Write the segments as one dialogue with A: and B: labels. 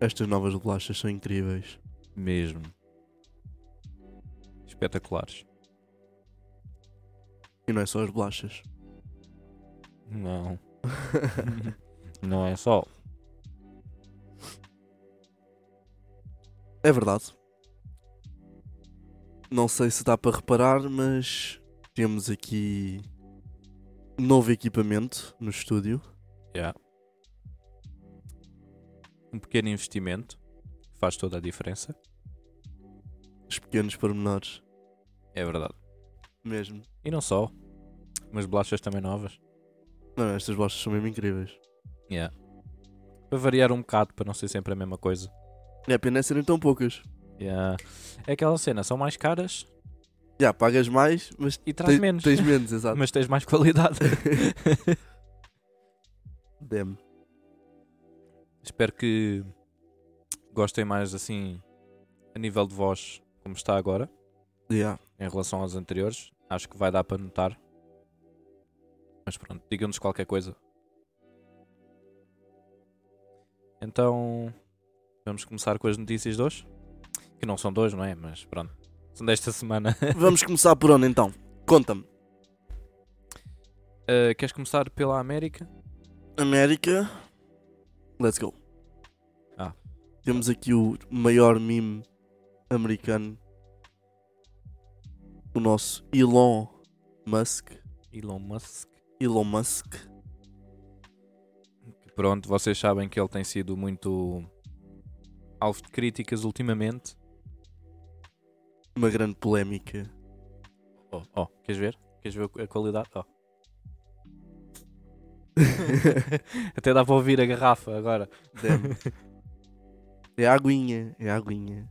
A: Estas novas bolachas são incríveis.
B: Mesmo. Espetaculares.
A: E não é só as bolachas.
B: Não. não é só.
A: É verdade. Não sei se dá para reparar, mas temos aqui novo equipamento no estúdio.
B: Yeah. Um pequeno investimento faz toda a diferença.
A: Os pequenos pormenores,
B: É verdade.
A: mesmo.
B: E não só. Mas bolachas também novas.
A: Não, estas bolachas são mesmo incríveis.
B: Yeah. Para variar um bocado, para não ser sempre a mesma coisa.
A: É pena é serem tão poucas.
B: Yeah. É aquela cena, são mais caras
A: Já, pagas mais, mas
B: e traz
A: te-
B: menos.
A: tens menos, exato.
B: Mas tens mais qualidade.
A: Damn.
B: Espero que gostem mais assim a nível de voz como está agora
A: Yeah.
B: em relação aos anteriores. Acho que vai dar para notar. Mas pronto, digam-nos qualquer coisa. Então vamos começar com as notícias de hoje. Que não são dois, não é? Mas pronto. São desta semana.
A: Vamos começar por onde então? Conta-me.
B: Uh, queres começar pela América?
A: América. Let's go.
B: Ah.
A: Temos aqui o maior meme americano. O nosso Elon Musk.
B: Elon Musk.
A: Elon Musk.
B: Pronto, vocês sabem que ele tem sido muito alvo de críticas ultimamente.
A: Uma grande polémica.
B: Oh, oh, queres ver? Queres ver a qualidade? Oh. Até dá para ouvir a garrafa agora.
A: Damn. é a aguinha. É a aguinha.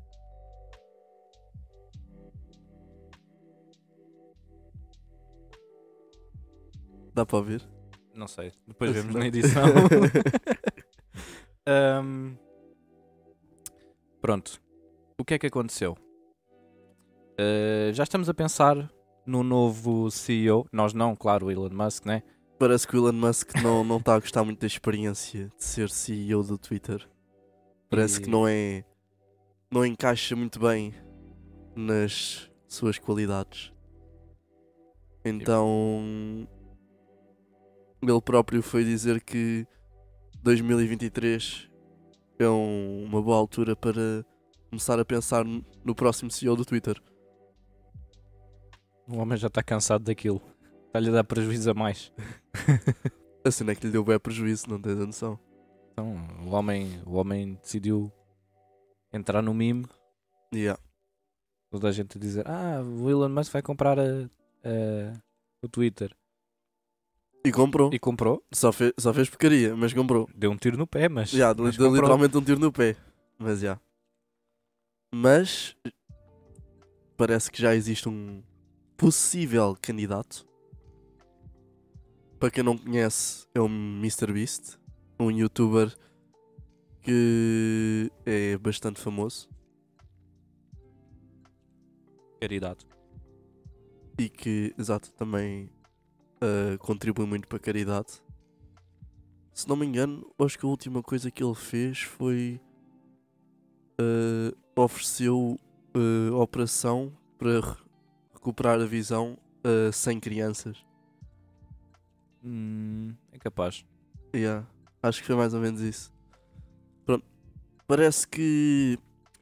A: Dá para ver?
B: Não sei, depois
A: Esse
B: vemos
A: não.
B: na edição. Ahm, pronto, o que é que aconteceu? Ah, já estamos a pensar no novo CEO. Nós não, claro, o Elon Musk, né?
A: Parece que o Elon Musk não não está a gostar muito da experiência de ser CEO do Twitter. Parece
B: E-
A: que não é. não encaixa muito bem nas suas qualidades. Então. Ele próprio foi dizer que 2023 é um- uma boa altura para começar a pensar no no próximo CEO do Twitter.
B: O homem já está cansado daquilo. Está-lhe a dar prejuízo a mais.
A: A cena é que lhe deu bem prejuízo, não tens a noção.
B: Então, o homem, o homem decidiu entrar no mime
A: Yeah.
B: toda a gente a dizer ah, o Elon Musk vai comprar a- a- o Twitter
A: E comprou.
B: e comprou,
A: Só, fe- só fez porcaria, mas comprou.
B: deu um tiro no pé, mas,
A: Já, deu
B: mas
A: deu
B: comprou.
A: literalmente um tiro no pé. Mas já. Mas parece que já existe um possível candidato. Para quem não conhece, é o MrBeast, um youtuber que é bastante famoso
B: caridade.
A: e que, exato, também ah, contribui muito para a caridade. Se não me engano, acho que a última coisa que ele fez foi ah, ofereceu ah, operação para re- recuperar a visão a 100 crianças.
B: Hum, é capaz.
A: Yeah, acho que foi mais ou menos isso. Pronto. Parece que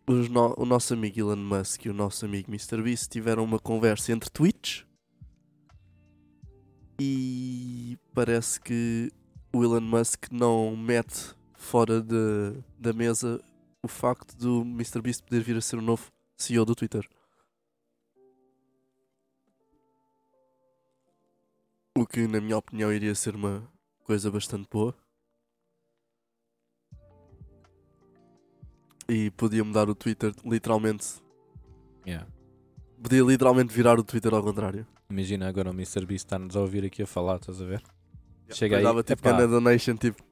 A: os no- o nosso amigo Elon Musk e o nosso amigo MrBeast tiveram uma conversa entre tweets. E parece que o Elon Musk não mete fora de, da mesa o facto do MrBeast poder vir a ser o novo CEO do Twitter. O que, na minha opinião, iria ser uma coisa bastante boa. E podia mudar o Twitter literalmente.
B: Yeah.
A: Podia literalmente virar o Twitter ao contrário.
B: Imagina agora o MrBeast está-nos a ouvir aqui a falar, estás a ver? Chega aí,
A: Dava tipo
B: epá.
A: Canada Donation, tipo,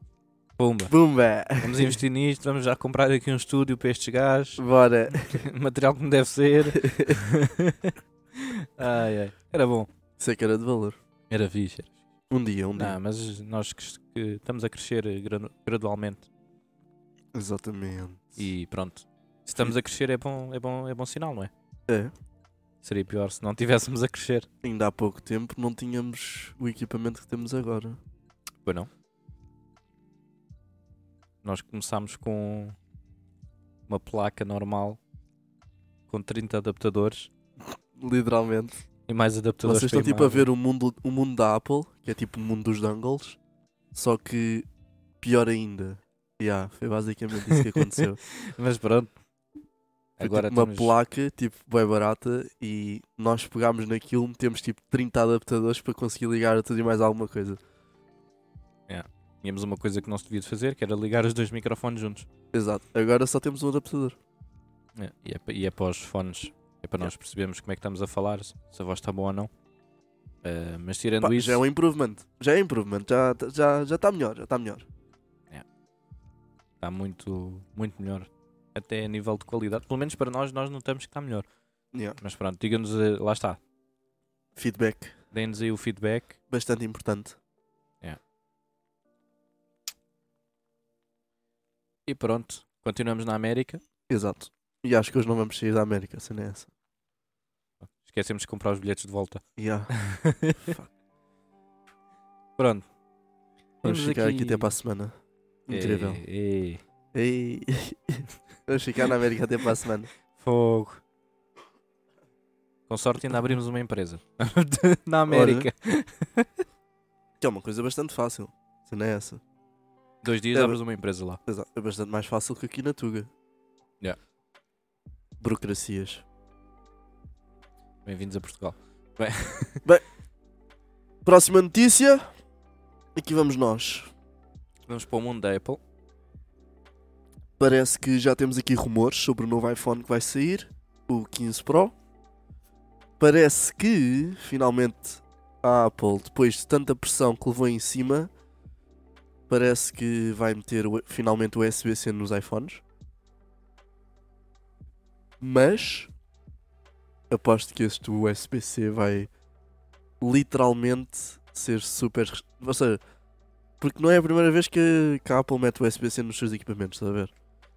B: Pumba,
A: bumba!
B: vamos investir nisto, vamos já comprar aqui um estúdio para estes gajos,
A: Bora!
B: material que não deve ser. ai, ai. Era bom,
A: Isso é que era de valor.
B: era fixe.
A: Um dia, um dia.
B: Não, mas nós que- que estamos a crescer granu- eh, gradualmente.
A: Exatamente.
B: E pronto. Se estamos a crescer é bom, é bom, é bom sinal, não é?
A: É.
B: Seria pior se não tivéssemos a crescer.
A: Ainda há pouco tempo não tínhamos o equipamento que temos agora.
B: Pois não. Nós começámos com uma placa normal com 30 adaptadores
A: Literalmente.
B: e mais adaptadores.
A: Vocês
B: para
A: estão tipo a
B: imagem.
A: ver o mundo, o mundo da Apple, que é tipo o mundo dos dongles, só que pior ainda. Yeah, foi basicamente isso que aconteceu.
B: Mas pronto.
A: Foi,
B: Agora
A: tipo, uma
B: temos-
A: placa, tipo, bem barata, e nós pegámos naquilo, metemos tipo 30 adaptadores para conseguir ligar a tudo e mais alguma coisa.
B: Tínhamos uma coisa que não se devia de fazer, que era ligar os dois microfones juntos.
A: Exato. Agora só temos um adaptador.
B: É, E, é, pa- e é para os fones. É para nós percebermos como é que estamos a falar, se se a voz está boa ou não. Ah, mas tirando
A: Pá,
B: isso,
A: já é um improvement. Já é improvement. Já está já, já tá melhor, já está melhor.
B: está muito, muito melhor. Até a nível de qualidade. Pelo menos para nós, nós notamos que está melhor.
A: Yeah.
B: Mas pronto, digam-nos, eh, lá está.
A: Feedback.
B: Deem-nos aí o feedback.
A: Bastante importante.
B: E pronto, continuamos na América.
A: Exato. E acho que hoje não vamos sair da América, se não é essa.
B: Esquecemos de comprar os bilhetes de volta.
A: Yeah.
B: Pronto.
A: Vamos
B: Temos É.
A: ficar aqui até para a então. semana. Incrível.
B: Ei, ei,
A: Ei. Vamos ficar na América até para a semana.
B: Fogo. Com sorte ainda abrimos uma empresa. na América.
A: Que é uma coisa bastante fácil. Se não é essa.
B: Dois dias
A: É,
B: abres uma empresa lá.
A: Exato. É bastante mais fácil que aqui na Tuga.
B: Yeah.
A: Burocracias.
B: Bem-vindos a Portugal.
A: Próxima notícia. Aqui vamos nós.
B: Vamos para o mundo da Apple.
A: Parece que já temos aqui rumores sobre o novo iPhone que vai sair, o 15 Pro. Parece que, finalmente, a Apple, depois de tanta pressão que levou em cima, parece que vai meter o- finalmente o USB-C nos iPhones. Mas, aposto que este USB-C vai literalmente ser super. res- Ou seja, porque não é a primeira vez que, que a Apple mete o USB-C nos seus equipamentos, estás a ver?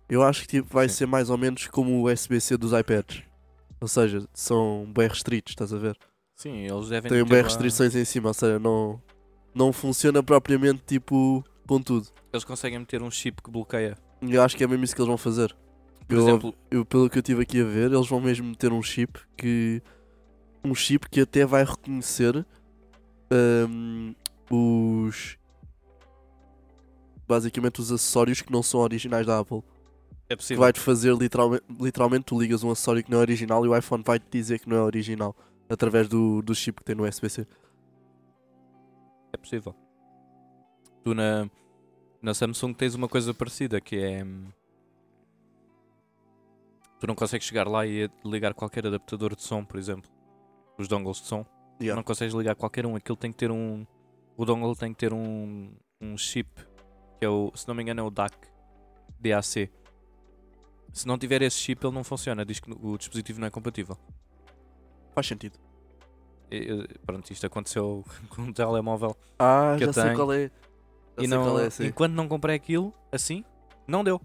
A: Eu acho que tipo, vai
B: Sim.
A: ser mais ou menos como o USB-C dos iPads. Ou seja, são bem restritos, estás a ver?
B: Sim, eles devem
A: Tem
B: ter
A: bem
B: lá-
A: restrições em cima, ou seja, não, não funciona propriamente tipo com tudo.
B: Eles conseguem meter um chip que bloqueia.
A: E Eu acho que é mesmo isso que eles vão fazer.
B: Por
A: Eu-
B: exemplo, é
A: Eu, pelo que eu estive aqui a ver, eles vão mesmo meter um chip que. um chip que até vai reconhecer hum, os. basicamente os acessórios que não são originais da Apple. que
B: é possível.
A: vai-te fazer literalmente, literalmente tu ligas um acessório que não é original e o iPhone vai-te dizer que não é original através do, do chip que tem no USB-C.
B: É possível. Tu na, na Samsung tens uma coisa parecida que é. hum, Tu não consegues chegar lá e ligar qualquer adaptador de som, por exemplo. Os dongles de som.
A: Yeah.
B: Não consegues ligar qualquer um. Aquilo tem que ter um. O dongle tem que ter um, um chip. Que é o. Se não me engano é o DAC. DAC. Se não tiver esse chip, ele não funciona. Diz que o dispositivo não é compatível.
A: Faz sentido.
B: E- e- pronto, isto aconteceu com um telemóvel
A: Ah,
B: Que
A: já
B: eu
A: sei
B: tenho.
A: qual é. Já
B: E
A: sei
B: não,
A: qual é, sim.
B: enquanto não comprei aquilo, assim, não deu.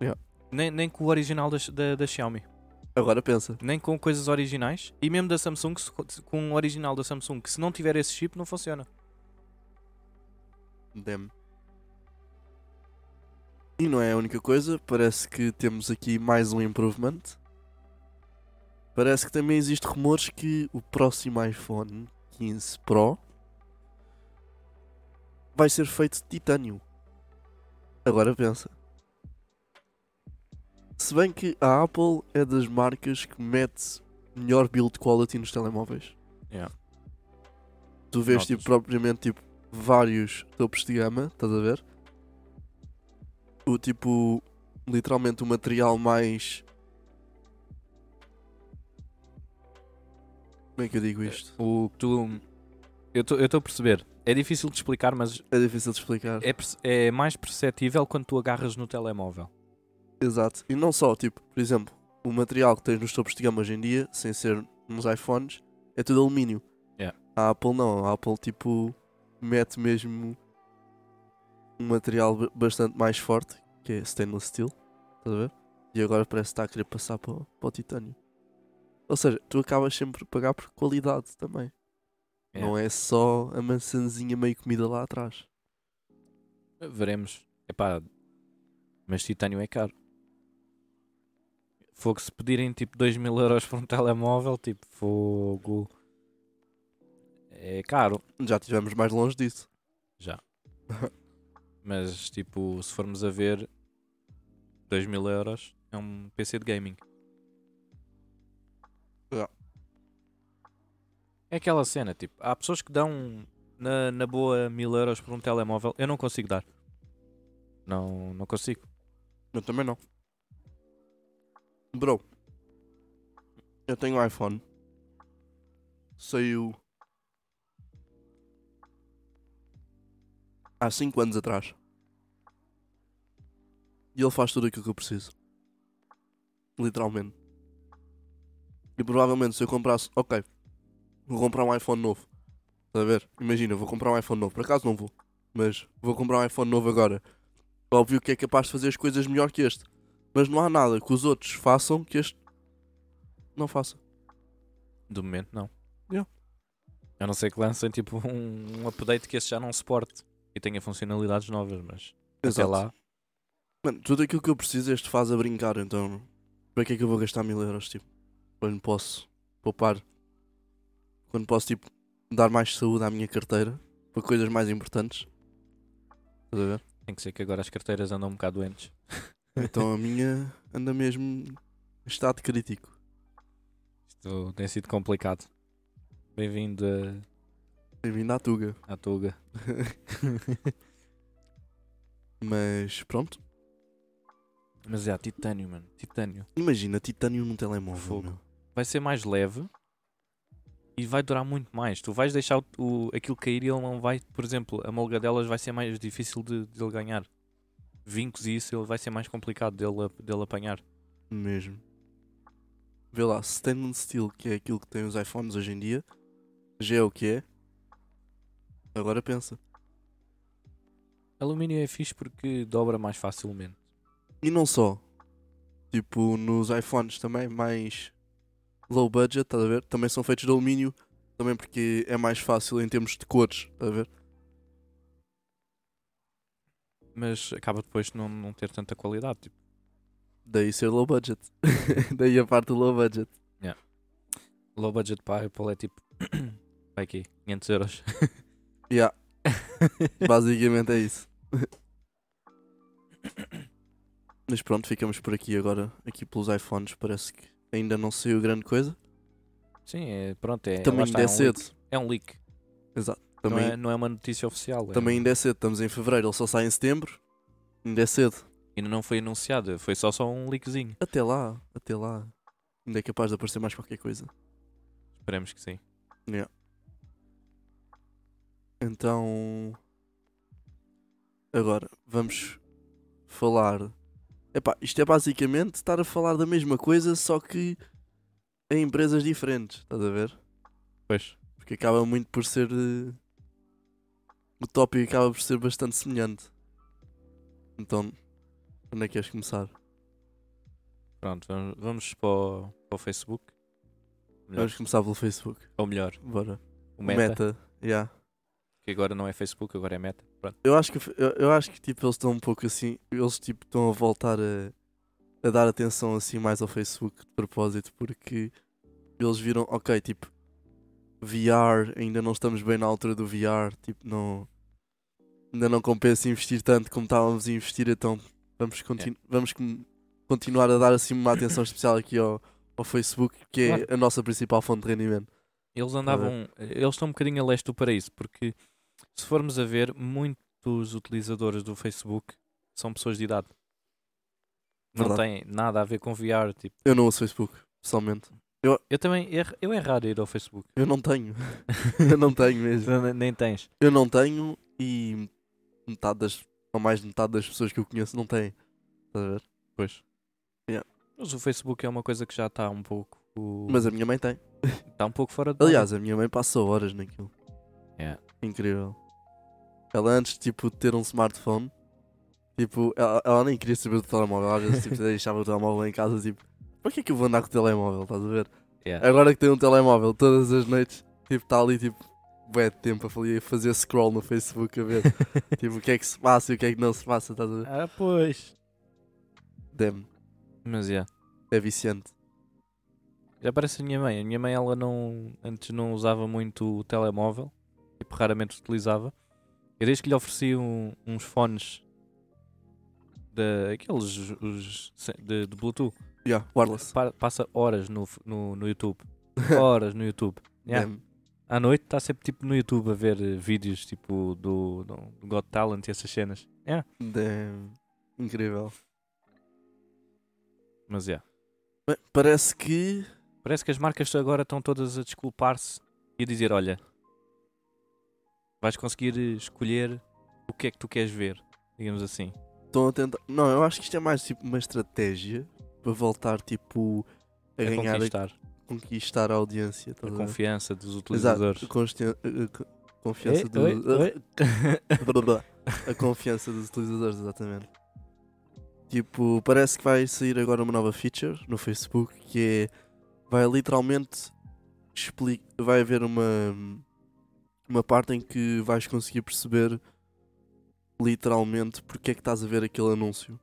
A: Yeah.
B: Nem, nem com o original da, da, da Xiaomi.
A: Agora pensa.
B: Nem com coisas originais. E mesmo da Samsung, se co- se- com o original da Samsung, que se não tiver esse chip, não funciona.
A: Damn. E não é a única coisa, parece que temos aqui mais um improvement. Parece que também existe rumores que o próximo iPhone 15 Pro vai ser feito de titânio. Agora pensa. Se bem que a Apple é das marcas que mete melhor build quality nos telemóveis.
B: Yeah.
A: Tu vês tipo,
B: Notas.
A: propriamente tipo, vários topos de gama, estás a ver? O tipo, literalmente o material mais. Como é que eu digo isto?
B: O que tu. Eu estou a perceber. É difícil de explicar, mas
A: É difícil de explicar.
B: é, perce- é mais perceptível quando tu agarras no telemóvel.
A: Exato. E não só, tipo, por exemplo, o material que tens nos topos de gama hoje em dia, sem ser nos iPhones, é tudo alumínio.
B: Yeah.
A: A Apple não. A Apple, tipo, mete mesmo um material ba- bastante mais forte, que é stainless steel, estás a ver? E agora parece que está a querer passar para, o- para o titânio. Ou seja, tu acabas sempre a pagar por qualidade também.
B: É.
A: Não é só a maçãzinha meio comida lá atrás.
B: Veremos. Epá, mas titânio é caro. Fogo, se pedirem tipo 2 mil euros por um telemóvel, tipo, fogo. É caro.
A: Já estivemos mais longe disso.
B: Mas tipo, se formos a ver, 2 mil euros é um PC de gaming.
A: Já.
B: É aquela cena, tipo, há pessoas que dão na, na boa mil euros por um telemóvel. Eu não consigo dar. Não, não consigo.
A: Eu também não. Bro, eu tenho um iPhone. Saiu há 5 anos atrás. E ele faz tudo aquilo que eu preciso. Literalmente. E provavelmente se eu comprasse. Ok. Vou comprar um iPhone novo. Estás a ver? Imagina, vou comprar um iPhone novo. Por acaso não vou. Mas vou comprar um iPhone novo agora. Óbvio que é capaz de fazer as coisas melhor que este. Mas não há nada que os outros façam que este não faça.
B: Do momento, não.
A: Yeah.
B: A não ser que lancem tipo um, um update que esse já não suporte e tenha funcionalidades novas, mas até lá.
A: Mano, tudo aquilo que eu preciso este faz a brincar, então. Para que é que eu vou gastar mil euros, tipo? Quando posso poupar. Quando posso, tipo, dar mais saúde à minha carteira. Para coisas mais importantes. Estás a ver?
B: Tem que ser que agora as carteiras andam um bocado doentes.
A: Então a minha anda mesmo em estado crítico.
B: Isto tem sido complicado. Bem-vindo a-
A: Bem-vindo à Tuga.
B: à Tuga.
A: Mas pronto.
B: Mas é, titânio, mano. Titânio.
A: Imagina titânio num telemóvel.
B: Fogo.
A: meu.
B: Vai ser mais leve e vai durar muito mais. Tu vais deixar o, o- aquilo cair e ele não vai, por exemplo, a molga delas vai ser mais difícil de, de ele ganhar. Vincos e isso ele vai ser mais complicado dele, a- dele apanhar.
A: Mesmo. Vê lá, stainless steel, que é aquilo que tem os iPhones hoje em dia, já é o que é. Agora pensa.
B: Alumínio é fixe porque dobra mais facilmente.
A: E não só. Tipo, nos iPhones também, mais low budget, estás a ver? Também são feitos de alumínio, também porque é mais fácil em termos de cores, estás a ver?
B: Mas acaba depois de não, não ter tanta qualidade. Tipo.
A: Daí ser low budget. Daí a parte do low budget.
B: Low budget para a Apple é tipo. Vai aqui, 500 euros.
A: Yeah, basicamente é isso. Mas pronto, ficamos por aqui agora, aqui pelos iPhones, parece que ainda não saiu grande coisa.
B: Sim, é, pronto. É,
A: também
B: lá está,
A: ainda é
B: um
A: cedo.
B: leak. É um leak.
A: Também,
B: Não, é, não é uma notícia oficial. é-
A: também ainda é cedo, estamos em Fevereiro, ele só sai em Setembro. Ainda é cedo.
B: Ainda não foi anunciada. Foi só, só um leakzinho.
A: Até lá, até lá. Ainda é capaz de aparecer mais qualquer coisa.
B: Esperemos que sim.
A: Então. Agora, vamos falar. Epá, isto é basicamente estar a falar da mesma coisa, só que em empresas diferentes, estás a ver?
B: Pois.
A: Porque acaba muito por ser. eh, O tópico acaba por ser bastante semelhante. Então, onde é que queres começar?
B: Pronto, vamos, vamos para, o, para o Facebook. Melhor.
A: Vamos começar pelo Facebook.
B: Ou melhor,
A: Bora.
B: o Meta,
A: yeah.
B: Que agora não é Facebook, agora é Meta. Pronto.
A: Eu acho que, eu, eu acho que tipo, eles estão um pouco assim. Eles tipo, estão a voltar a, a dar atenção assim mais ao Facebook de propósito, porque eles viram, ok, tipo, VR, ainda não estamos bem na altura do VR, tipo, não. Ainda não compensa investir tanto como estávamos a investir, então vamos, continu vamos com- continuar a dar assim uma atenção especial aqui ao, ao Facebook, que é
B: Claro.
A: a nossa principal fonte de rendimento.
B: Eles andavam. Eles estão um bocadinho a leste do paraíso, porque se formos a ver, muitos utilizadores do Facebook são pessoas de idade. Não
A: Verdade.
B: têm nada a ver com VR. Tipo.
A: Eu não uso Facebook, pessoalmente.
B: Eu também. er- Eu é raro ir ao Facebook.
A: Eu não tenho. eu não tenho mesmo.
B: Tu ne- Nem tens.
A: Eu não tenho e metade das, ou mais de metade das pessoas que eu conheço não têm. Estás a ver?
B: Pois.
A: Yeah.
B: Mas o Facebook é uma coisa que já está um pouco.
A: Mas a minha mãe tem.
B: Está um pouco fora de.
A: Aliás, a minha mãe passa horas naquilo.
B: É.
A: Incrível. Ela antes tipo, de ter um smartphone, Tipo, ela, ela nem queria saber do telemóvel. Às vezes tipo, deixava o telemóvel lá em casa, tipo, para que é que eu vou andar com o telemóvel? Estás a ver?
B: Yeah.
A: Agora que tem um telemóvel todas as noites, tipo, está ali, tipo, bué de tempo a fali- a fazer scroll no Facebook a ver, tipo, o que é que se passa e o que é que não se passa, estás a ver?
B: Ah, pois.
A: Damn,
B: Mas yeah.
A: é viciante.
B: Já parece a minha mãe. A minha mãe, ela não. Antes não usava muito o telemóvel. Tipo, raramente utilizava. E desde que lhe ofereci um- uns fones. Da, aqueles os, se- de, de Bluetooth.
A: Yeah, wireless.
B: Pa- passa horas no, f- no, no YouTube. Horas no YouTube. Yeah.
A: Damn.
B: À noite está sempre tipo no YouTube a ver eh, vídeos tipo do, do Got Talent e essas cenas. É, Yeah.
A: Damn. Incrível.
B: Mas yeah.
A: Bem, parece que.
B: Parece que as marcas agora estão todas a desculpar-se e a dizer: olha, vais conseguir escolher o que é que tu queres ver, digamos assim.
A: Estão a tentar. Não, eu acho que isto é mais tipo uma estratégia para voltar tipo a
B: A
A: ganhar, a
B: É conquistar
A: conquistar a audiência.
B: a
A: estás a ver?
B: confiança dos utilizadores.
A: Exato. Consti- eh, co- Confiança
B: Ei,
A: dos.
B: oi, oi.
A: a confiança dos utilizadores, exatamente. Tipo, parece que vai sair agora uma nova feature no Facebook que é. Vai literalmente. expli- Vai haver uma. Uma parte em que vais conseguir perceber. Literalmente porque é que estás a ver aquele anúncio.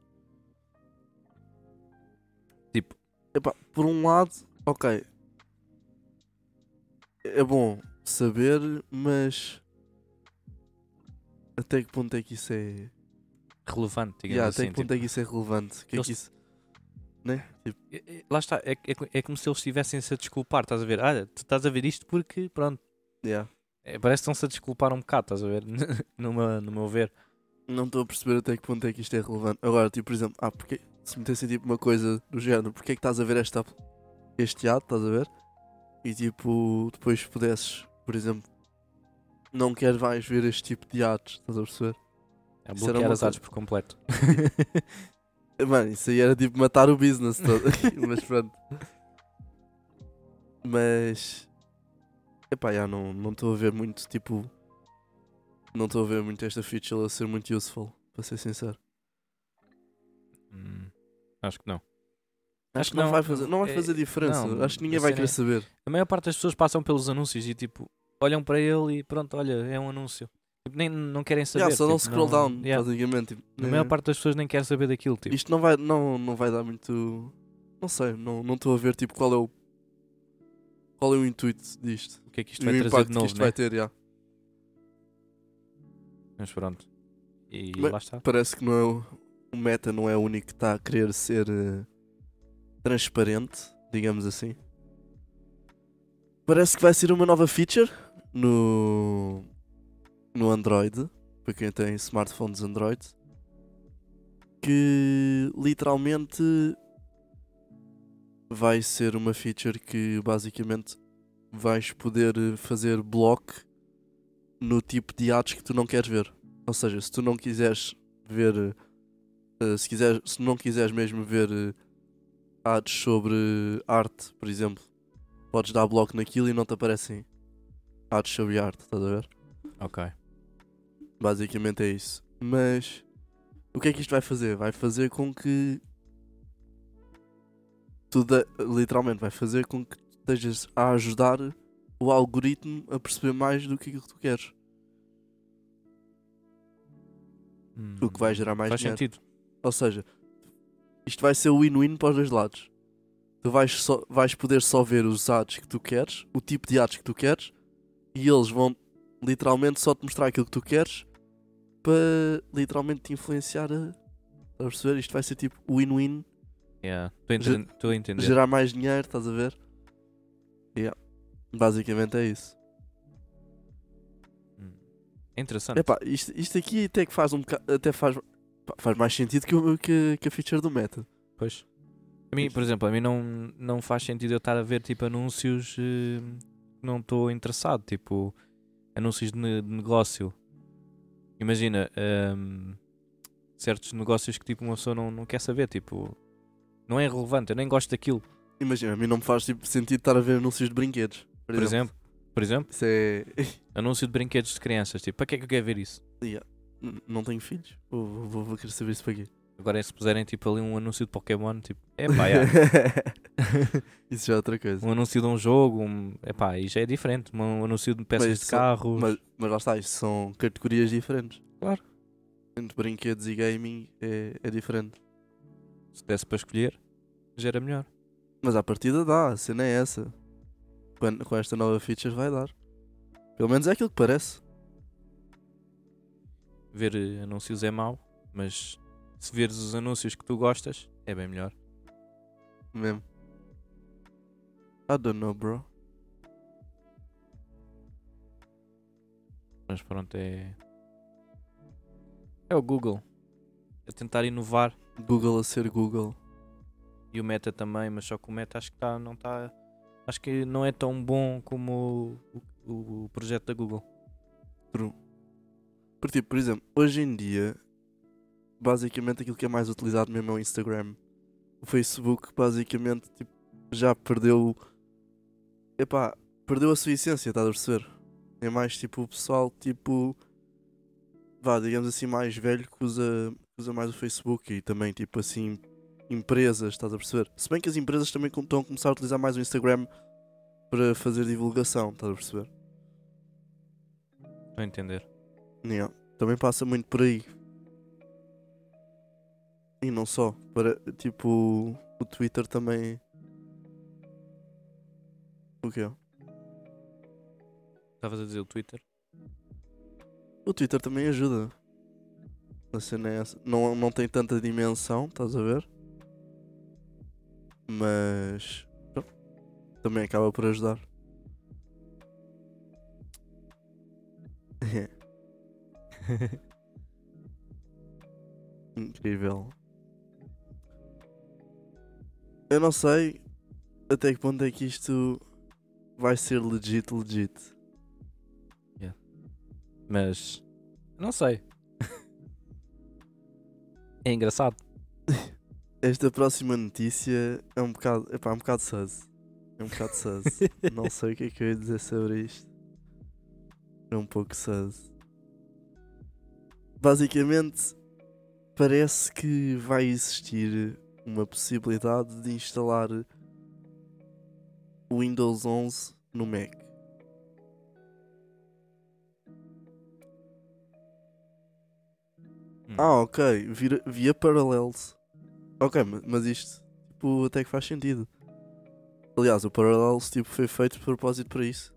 B: Tipo.
A: Epá, por um lado, ok. É bom saber, mas. Até que ponto é que isso é.
B: Relevante, digamos
A: Yeah, até
B: assim.
A: que ponto
B: tipo.
A: é que isso é relevante? O que é
B: Eles-
A: que isso. Né? Tipo,
B: É- é- Lá está, é, é, co- é como se eles estivessem-se a desculpar, estás a ver? Olha, tu estás a ver isto porque, pronto,
A: yeah.
B: é, parece que estão-se a desculpar um bocado, estás a ver? Numa, no meu ver.
A: Não estou a perceber até que ponto é que isto é relevante. Agora, tipo, por exemplo, ah, porque se metessem tipo uma coisa do género, porque é que estás a ver esta, este ato, estás a ver? E tipo, depois pudesses, por exemplo, não queres mais ver este tipo de atos, estás a perceber?
B: A
A: Isso era uma
B: é bloquear as
A: coisa-
B: artes por completo.
A: Mano, isso aí era tipo matar o business todo. Mas pronto. Mas. Epá, já não não estou a ver muito, tipo. Não estou a ver muito esta feature a ser muito useful, para ser sincero.
B: Hum, acho que não.
A: Acho, que
B: Acho que
A: não,
B: não,
A: vai fazer, não vai
B: é-
A: fazer diferença.
B: não,
A: Acho que ninguém
B: a
A: vai
B: cena
A: querer
B: é-
A: saber.
B: A maior parte das pessoas passam pelos anúncios e tipo, olham para ele e pronto, olha, é um anúncio. Tipo, nem não querem saber.
A: Yeah, só dá um
B: tipo,
A: scroll
B: não-
A: down,
B: yeah.
A: basicamente. Tipo,
B: A
A: né?
B: maior parte das pessoas nem quer saber daquilo, tipo.
A: Isto não vai, não, não vai dar muito. Não sei, não não estou a ver tipo qual é o. Qual é o intuito disto?
B: O que é que isto
A: E
B: vai
A: o
B: trazer de
A: impacto que
B: novo,
A: isto
B: né?
A: vai ter, já.
B: Mas pronto. E
A: Mas-
B: lá está.
A: parece que não é o, o Meta não é o único que está a querer ser eh, transparente, digamos assim. Parece que vai ser uma nova feature no no Android, para quem tem smartphones Android, que literalmente vai ser uma feature que basicamente vais poder eh, fazer block no tipo de atos que tu não queres ver. Ou seja, se tu não quiseres ver. eh, se, quiseres, se não quiseres mesmo ver eh, ads sobre arte, por exemplo, podes dar bloco naquilo e não te aparecem ads sobre arte, estás a ver?
B: Ok.
A: Basicamente é isso. Mas o que é que isto vai fazer? Vai fazer com que tu de- literalmente vai fazer com que tu estejas a ajudar o algoritmo a perceber mais do que aquilo que tu queres. O que vai gerar mais
B: Hum, Faz
A: dinheiro.
B: sentido.
A: Ou seja, isto vai ser win-win para os dois lados. Tu vais, só, vais poder só ver os ads que tu queres, o tipo de ads que tu queres, e eles vão literalmente só te mostrar aquilo que tu queres para literalmente te influenciar a, a perceber. Isto vai ser tipo win-win,
B: Yeah. Estou a enten- estou a entender.
A: gerar mais dinheiro, estás a ver? Yeah. Basicamente é isso.
B: Hum. É interessante.
A: Epá, isto, isto aqui até que faz um bocado, até faz, pá, faz mais sentido que, o- que, que a feature do Meta.
B: Pois. A mim, por exemplo, a mim não, não faz sentido eu estar a ver tipo anúncios eh, que não estou interessado, tipo anúncios de, ne- de negócio. Imagina ehm, certos negócios que tipo uma pessoa não, não quer saber, tipo, não é relevante, eu nem gosto daquilo,
A: Imagina, a mim não me faz tipo, sentido estar a ver anúncios de brinquedos.
B: por, exemplo. Por exemplo,
A: Isso é.
B: anúncio de brinquedos de crianças, tipo, para que é que eu quero ver isso?
A: Yeah. N- Não tenho filhos? Ou vou, vou- vou querer saber isso para quê?
B: Agora é se puserem tipo ali um anúncio de Pokémon, tipo, é pá, yeah.
A: isso já é outra coisa.
B: um anúncio de um jogo, um... é pá, aí já é diferente. Um anúncio de peças
A: Mas
B: de
A: só-
B: carros.
A: Mas, mas lá está, isto são categorias diferentes.
B: Claro.
A: Entre brinquedos e gaming é, é diferente.
B: Se desse para escolher, já era melhor.
A: Mas à partida dá, a cena é essa. Com, com esta nova feature vai dar. Pelo menos é aquilo que parece.
B: Ver eh, anúncios é mau, mas se veres os anúncios que tu gostas, é bem melhor.
A: Mesmo. I don't know, bro.
B: Mas pronto, é. É o Google. A tentar inovar.
A: Google a ser Google.
B: E o Meta também, mas só que o Meta acho que tá, não está. Acho que não é tão bom como o, o- o projeto da Google.
A: Por, tipo, por exemplo, hoje em dia, basicamente aquilo que é mais utilizado mesmo é o Instagram. O Facebook, basicamente, tipo, já perdeu. Epá, perdeu a sua essência, estás a perceber? É mais tipo o pessoal, tipo. Vá, digamos assim, mais velho que usa, que usa mais o Facebook e também, tipo assim, empresas, estás a perceber? Se bem que as empresas também com- estão a começar a utilizar mais o Instagram para fazer divulgação, estás a perceber?
B: Estou a entender.
A: Yeah. Também passa muito por aí. E não só. Para, tipo, o Twitter também. O quê?
B: Estavas a dizer o Twitter?
A: O Twitter também ajuda. A cena é essa. Não, não tem tanta dimensão, estás a ver? Mas. pronto, Também acaba por ajudar. Incrível. Eu não sei até que ponto é que isto vai ser legit, legit.
B: mas. Não sei. é engraçado.
A: Esta próxima notícia é um bocado. Epá, é um bocado sus. É um bocado sus.
B: Hum.
A: Não sei o que é que eu ia dizer sobre isto. É um pouco sus. Basicamente, parece que vai existir uma possibilidade de instalar o Windows 11 no Mac.
B: Hum.
A: Ah, ok. Vira, via Parallels. Ok, ma- mas isto tipo, até que faz sentido. Aliás, o Parallels tipo, foi feito de propósito para isso.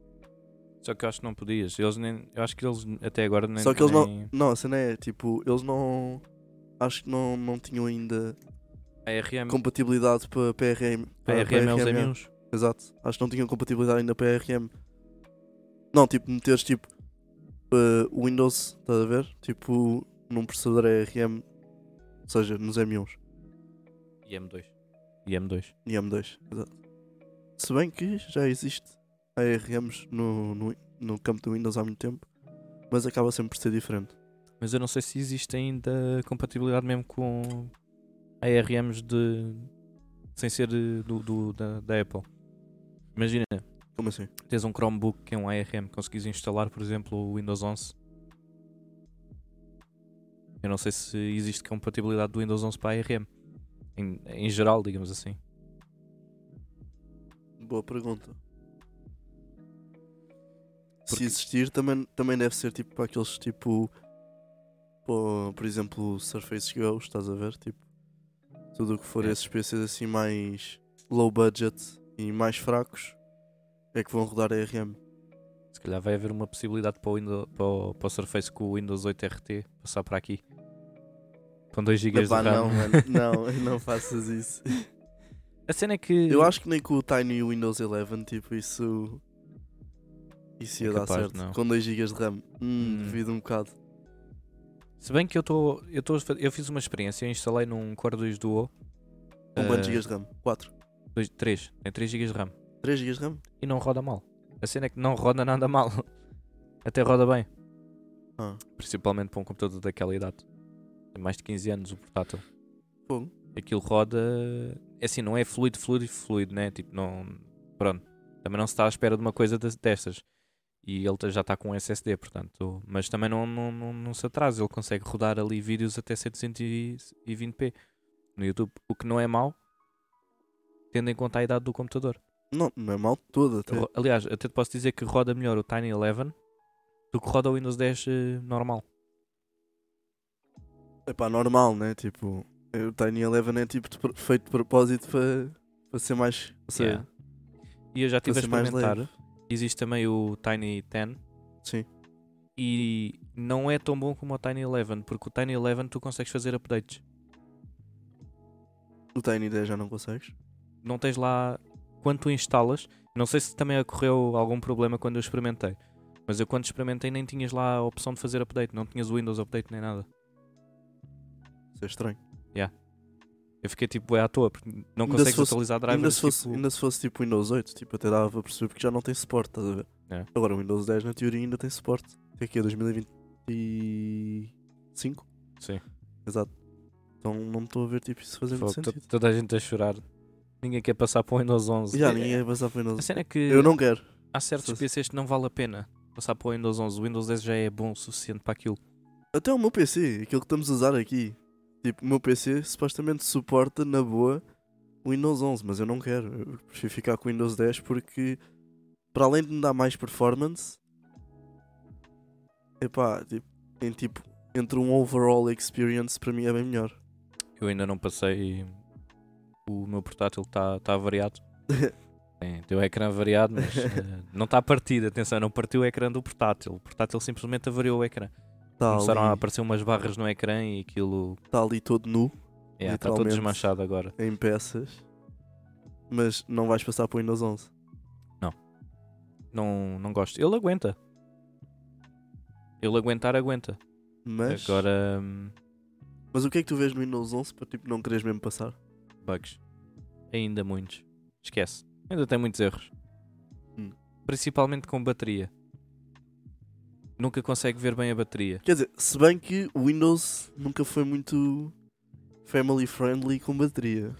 B: Só que eu acho que não podias. Eles nem, eu acho que eles até agora nem.
A: Só que eles
B: nem-
A: Não, a cena é, tipo, eles não. Acho que não, não tinham ainda
B: A RM,
A: compatibilidade para PRM.
B: a
A: Para
B: RM é os
A: PRM,
B: amigos.
A: Exato. Acho que não tinham compatibilidade ainda para RM. Não, tipo, meteres tipo. eh, Windows, estás a ver? Tipo, num processador ARM. Ou seja, nos M1s.
B: E M2. E M2.
A: E M2, exato. Se bem que já existe ARMs no, no, no campo do Windows há muito tempo, mas acaba sempre por ser diferente.
B: Mas eu não sei se existe ainda compatibilidade mesmo com ARMs de. sem ser de- do, do- da, da Apple. Imagina,
A: Como assim?
B: tens um Chromebook que é um ARM, conseguis instalar, por exemplo, o Windows 11. Eu não sei se existe compatibilidade do Windows 11 para ARM. Em, em geral, digamos assim.
A: Boa pergunta.
B: Porque-
A: Se existir, também, também deve ser tipo para aqueles tipo. pô, por exemplo, Surface Go, estás a ver? Tipo, tudo o que for
B: É.
A: esses PCs assim mais low budget e mais fracos é que vão rodar ARM.
B: Se calhar vai haver uma possibilidade para o, Windows, para o, para o Surface com o Windows 8 RT passar para aqui. Com 2 GB de
A: Epá,
B: RAM.
A: não, mano, não, não faças isso.
B: A cena é que.
A: Eu acho que nem com o Tiny Windows 11, tipo, isso. Isso
B: É
A: ia dar
B: capaz de
A: certo.
B: não.
A: Com 2 GB de RAM. Hum,
B: Hum.
A: duvido um bocado.
B: Se bem que eu estou. Eu, tô a fa- eu fiz uma experiência, eu instalei num Core 2 Duo. Eh.
A: Com quantos GB de RAM? 4.
B: 3. Tem 3 GB de RAM.
A: 3 GB de RAM?
B: E não roda mal. A cena é que não roda nada mal. Até roda bem.
A: Ah.
B: Principalmente para um computador daquela idade. Tem mais de 15 anos o portátil.
A: Fogo.
B: Aquilo roda. É assim, não é fluido, fluido, fluido, né? Tipo, não. Pronto. Também não se está à espera de uma coisa des- destas. E ele tá- já está com um SSD, portanto. Mas também não, não, não, não se atrasa. Ele consegue rodar ali vídeos até 720p no YouTube. O que não é mau, tendo em conta a idade do computador.
A: Não, não é mal todo até.
B: Ro- Aliás, até te posso dizer que roda melhor o Tiny 11 do que roda o Windows 10 eh, normal.
A: É pá, normal, né? Tipo, o Tiny Eleven é tipo de pro- feito de propósito para, para ser mais. Ou seja,
B: Yeah. E eu já estive a
A: para ser mais
B: experimentar.
A: leve.
B: Existe também o Tiny 10
A: Sim.
B: e não é tão bom como o Tiny 11, porque o Tiny 11 tu consegues fazer updates.
A: O Tiny 10 já não consegues?
B: não tens lá quando tu instalas. Não sei se também ocorreu algum problema quando eu experimentei, mas eu quando experimentei nem tinhas lá a opção de fazer update, não tinhas o Windows Update nem nada.
A: Isso é estranho.
B: Eu fiquei tipo, é à toa, porque não
A: Ainda
B: consegues
A: se fosse-
B: atualizar drivers.
A: Ainda se, fosse,
B: tipo,
A: ainda se fosse tipo Windows 8, tipo, até dava para perceber porque já não tem suporte, estás a ver?
B: É.
A: Agora o Windows 10 na teoria ainda tem suporte. Até aqui é 2025?
B: Sim.
A: Exato. Então não estou a ver tipo, isso fazer muito
B: fogo, to-
A: sentido.
B: toda a gente a chorar. Ninguém quer passar para o Windows 11.
A: Já
B: É-
A: ninguém vai passar para o
B: A
A: Windows
B: cena é que
A: Eu não quero.
B: há certos PCs que não vale a pena passar para o Windows 11. O Windows 10 já é bom o suficiente para aquilo.
A: Até o um meu PC, aquilo que estamos a usar aqui. Tipo, o meu PC supostamente suporta na boa o Windows 11, mas eu não quero. Eu prefiro ficar com o Windows 10 porque, para além de me dar mais performance, epá, tipo, em tipo, entre um overall experience para mim é bem melhor.
B: Eu ainda não passei. O meu portátil está tá variado. Tem, tem o ecrã variado, mas eh, não está partido. Atenção, não partiu o ecrã do portátil. O portátil simplesmente avariou o ecrã.
A: Está
B: Começaram a
A: Tá ali,
B: aparecer umas barras no ecrã e aquilo
A: tá ali todo nu,
B: é, está todo
A: Literalmente.
B: desmanchado agora.
A: em peças, mas não vais passar para o Windows 11.
B: Não, não gosto. Ele aguenta. Ele aguentar, aguenta.
A: Mas,
B: Agora, hum,
A: mas o que é que tu vês no Windows 11 para tipo, não quereres mesmo passar?
B: bugs. Ainda muitos. Esquece. Ainda tem muitos erros.
A: Hum.
B: Principalmente com bateria. Nunca consegue ver bem a bateria.
A: Quer dizer, se bem que o Windows nunca foi muito family friendly com bateria.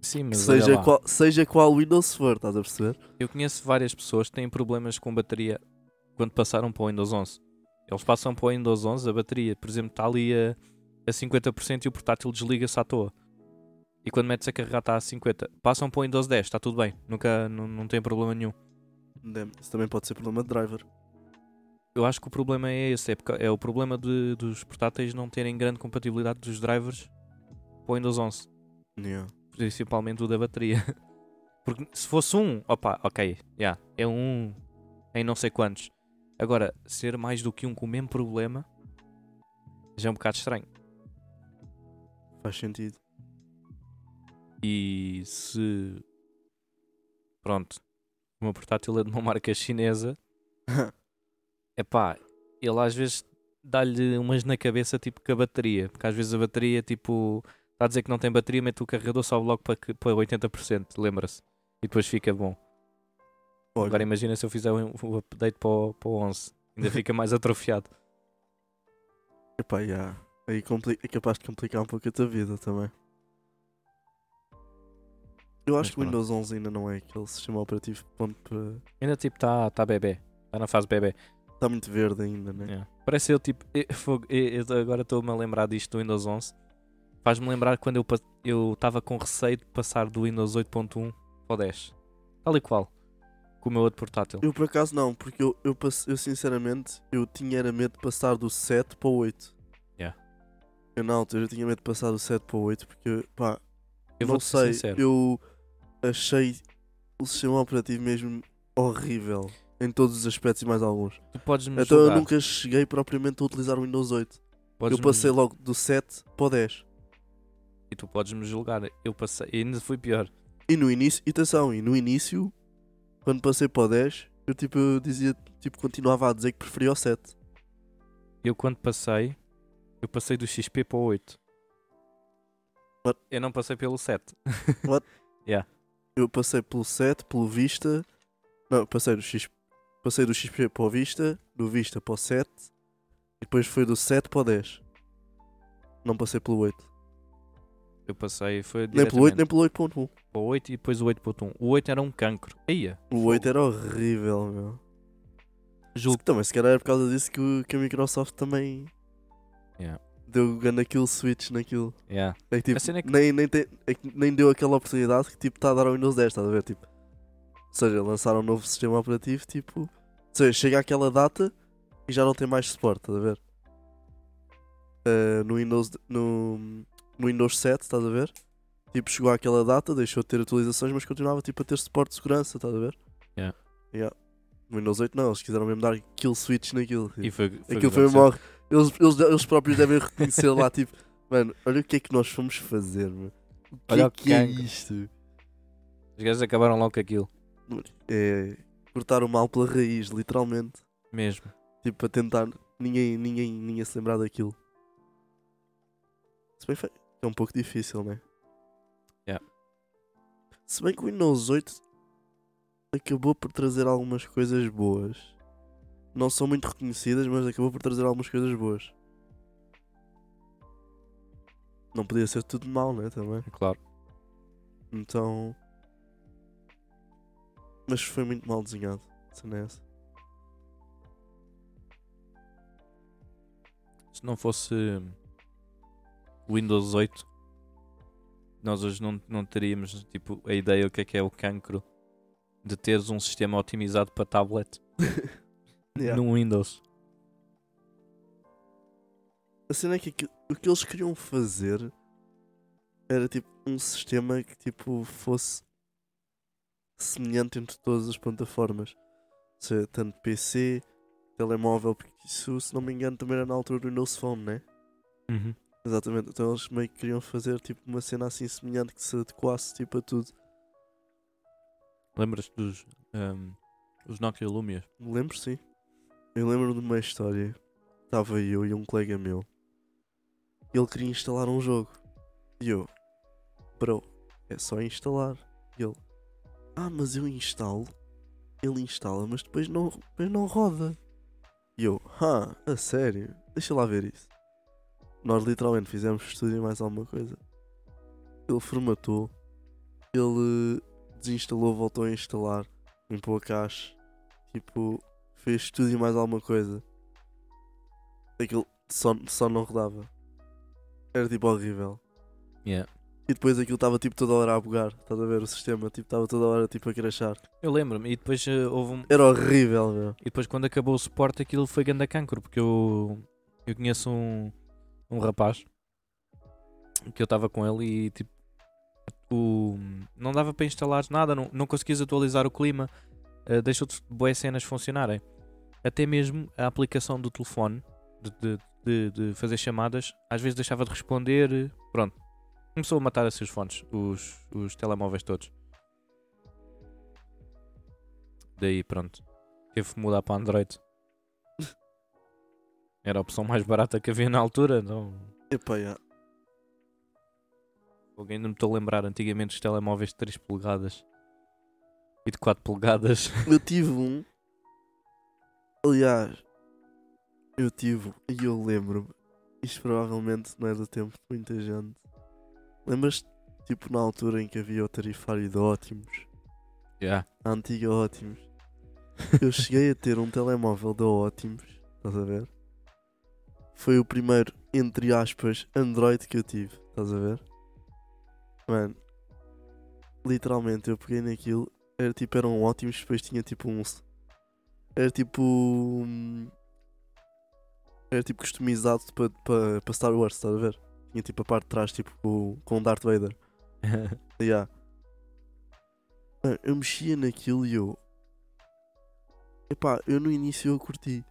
B: Sim, mas olha
A: Seja
B: lá.
A: qual, seja qual Windows for, estás a perceber?
B: eu conheço várias pessoas que têm problemas com bateria quando passaram para o Windows 11. Eles passam para o Windows 11, a bateria, por exemplo, está ali a, a 50% e o portátil desliga-se à toa. E quando metes a carregar está a 50%. Passam para o Windows 10, está tudo bem, nunca, nu- não tem problema nenhum.
A: Damn, Isso também pode ser problema de driver.
B: Eu acho que o problema é esse, é, porque- é o problema de- dos portáteis não terem grande compatibilidade dos drivers para o Windows 11.
A: Yeah.
B: principalmente o da bateria. Porque se fosse um, opa, ok, já, é um em não sei quantos. Agora, ser mais do que um com o mesmo problema já é um bocado estranho.
A: Faz sentido.
B: E se. Pronto, o meu portátil é de uma marca chinesa, é pá, ele às vezes dá-lhe umas na cabeça, tipo com a bateria, porque às vezes a bateria, tipo, está a dizer que não tem bateria, mete o carregador, sobe logo para, que- para 80%, lembra-se, e depois fica bom.
A: Olha,
B: Agora imagina se eu fizer um, um update para o, para o 11. Ainda fica mais atrofiado.
A: epá, yeah. Aí compli- é capaz de complicar um pouco a tua vida também. Eu
B: Mas
A: acho que o
B: pronto.
A: Windows 11 ainda não é aquele sistema operativo ponto para...
B: Ainda tipo está tá bebê. Está na fase bebê.
A: Está tá muito verde ainda, né?
B: Yeah. Parece eu tipo. eh, fogo, eh, eu tô- agora estou-me a lembrar disto do Windows 11. Faz-me lembrar quando eu pa- eu estava com receio de passar do Windows 8.1 para o 10. Tal e qual. Com o meu outro portátil.
A: Eu por acaso não, porque eu, eu, passe- eu sinceramente eu tinha era medo de passar do 7 para o 8.
B: Yeah.
A: Eu na altura eu tinha medo de passar do 7 para o 8 porque pá,
B: Eu
A: não
B: vou-te ser
A: sei,
B: sincero.
A: eu achei o sistema operativo mesmo horrível em todos os aspectos e mais alguns.
B: Tu podes-me
A: então
B: julgar.
A: eu nunca cheguei propriamente a utilizar o Windows 8.
B: podes
A: eu passei logo do 7 para o 10.
B: E tu podes-me julgar. Eu passei. e Ainda fui pior.
A: E no início, e atenção, e no início, quando passei para o 10, eu tipo eu dizia, tipo continuava a dizer que preferia o 7.
B: Eu quando passei, eu passei do XP para o 8.
A: What?
B: Eu não passei pelo 7.
A: Eu passei pelo 7, pelo Vista. Não, passei do X. Passei do XP para o Vista, do Vista para o 7 e depois foi do 7 para o 10. Não passei pelo 8.
B: Eu passei, foi
A: Nem pelo 8,
B: diretamente
A: nem pelo 8.1.
B: para o 8 e depois o 8.1. O 8 era um cancro. Eia,
A: O 8 era horrível, meu.
B: Julgo.
A: Também, se calhar é por causa disso que, o- que a Microsoft também
B: Yeah.
A: deu grande aquele switch naquilo.
B: Yeah.
A: É que, tipo,
B: A cena é que-
A: nem, nem, tem- é que nem deu aquela oportunidade que tipo está a dar ao Windows 10, estás a ver? Tipo, ou seja, lançaram um novo sistema operativo, tipo, ou seja, chega àquela data e já não tem mais suporte, estás a ver? Ah, no, Windows, no, no Windows 7, estás a ver? Tipo, chegou àquela data, deixou de ter atualizações, mas continuava tipo, a ter suporte de segurança, estás a ver?
B: Yeah.
A: Yeah. No Windows 8 não, eles quiseram mesmo dar kill switch naquilo. tipo.
B: E foi, foi
A: Aquilo
B: grande
A: foi
B: cena.
A: uma eles, eles, eles próprios devem reconhecer lá, tipo, mano, olha o que é que nós fomos fazer, mano. O que
B: Olha
A: é
B: o
A: que é
B: cancro.
A: isto?
B: Os gajos acabaram logo com aquilo.
A: É cortar o mal pela raiz, literalmente.
B: Mesmo.
A: Tipo, para tentar ninguém, ninguém, ninguém se lembrar daquilo. Se bem foi. É um pouco difícil, né?
B: Yeah.
A: Se bem que o Windows 8 acabou por trazer algumas coisas boas. Não são muito reconhecidas, mas acabou por trazer algumas coisas boas. Não podia ser tudo mal, né? Também.
B: Claro.
A: Então. Mas foi muito mal desenhado. Se não é essa.
B: Se não fosse o Windows 8, nós hoje não, não teríamos tipo, a ideia do que é que é o cancro de teres um sistema otimizado para tablet
A: Yeah.
B: num Windows.
A: A cena é que aquilo- o que eles queriam fazer era tipo um sistema que tipo fosse semelhante entre todas as plataformas. Ou seja, tanto PC, telemóvel, porque isso, se não me engano, também era na altura do Windows Phone, né?
B: Uhum.
A: Exatamente. Então eles meio que queriam fazer tipo uma cena assim semelhante que se adequasse tipo a tudo.
B: Lembras-te dos ahm, os Nokia Lumia?
A: Me lembro, sim. Eu lembro de uma história. Estava eu e um colega meu. Ele queria instalar um jogo. E eu, bro, é só instalar. E ele, ah, mas eu instalo. Ele instala, mas depois não, depois não roda. E eu, ah, a sério? Deixa lá ver isso. Nós literalmente fizemos estúdio e mais alguma coisa. Ele formatou. Ele desinstalou, voltou a instalar. Limpou a caixa. Tipo, fez tudo e mais alguma coisa. Aquilo só, só não rodava. Era tipo horrível.
B: Yeah.
A: E depois aquilo estava tipo toda hora a bugar. Estás a ver o sistema? Tipo, estava toda hora tipo a crashar.
B: Eu lembro-me, e depois eh, houve um,
A: Era horrível, meu.
B: E depois quando acabou o suporte aquilo foi ganda cancro, porque eu, eu conheço um, um rapaz que eu estava com ele e tipo o, não dava para instalar nada, não, não conseguias atualizar o clima, eh, deixou-te boas cenas funcionarem. Até mesmo a aplicação do telefone de, de- de- de fazer chamadas, às vezes deixava de responder, eh, pronto. Começou a matar assim os fones, os, os telemóveis todos. Daí pronto teve que mudar para Android. Era a opção mais barata que havia na altura. então, Não...
A: Epá, já.
B: Alguém não me estou a lembrar antigamente os telemóveis de 3 polegadas e de 4 polegadas.
A: Eu tive um. Aliás, eu tive um. e eu lembro-me. Isto provavelmente não é do tempo de muita gente. Lembras-te, tipo, na altura em que havia o tarifário de ótimos?
B: Yeah.
A: a antiga Ótimos. Eu cheguei a ter um telemóvel da Ótimos, estás a ver? Foi o primeiro, entre aspas, Android que eu tive, estás a ver? Mano, literalmente eu peguei naquilo, era tipo, eram um Ótimos, depois tinha tipo um. Era tipo. hum, Era tipo customizado para pa, pa Star Wars, estás a ver? Tinha tipo a parte de trás, tipo com, com Darth Vader. Yeah. Mano, Ah, eu mexia naquilo e eu. Epá, eu no início eu curti.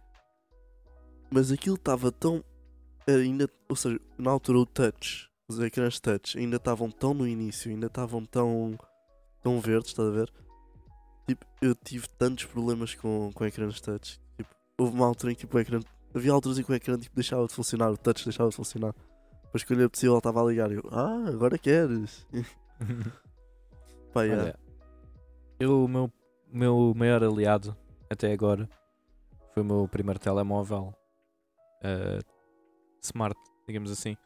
A: Mas aquilo estava tão. era Ainda, ou seja, na altura o touch, os ecrãs touch, ainda estavam tão no início, ainda estavam tão. tão verdes, estás a ver? Tipo, eu tive tantos problemas com, com ecrãs touch. Tipo, houve uma altura em que tipo, o ecrã. Havia alturas em que o ecrã tipo, deixava de funcionar, o touch deixava de funcionar. Mas quando lhe apetecia, ele estava a ligar. e Eu, ah, agora queres. Pá, yeah.
B: Olha, eu, o meu, o meu maior aliado até agora foi o meu primeiro telemóvel ah, smart, digamos assim.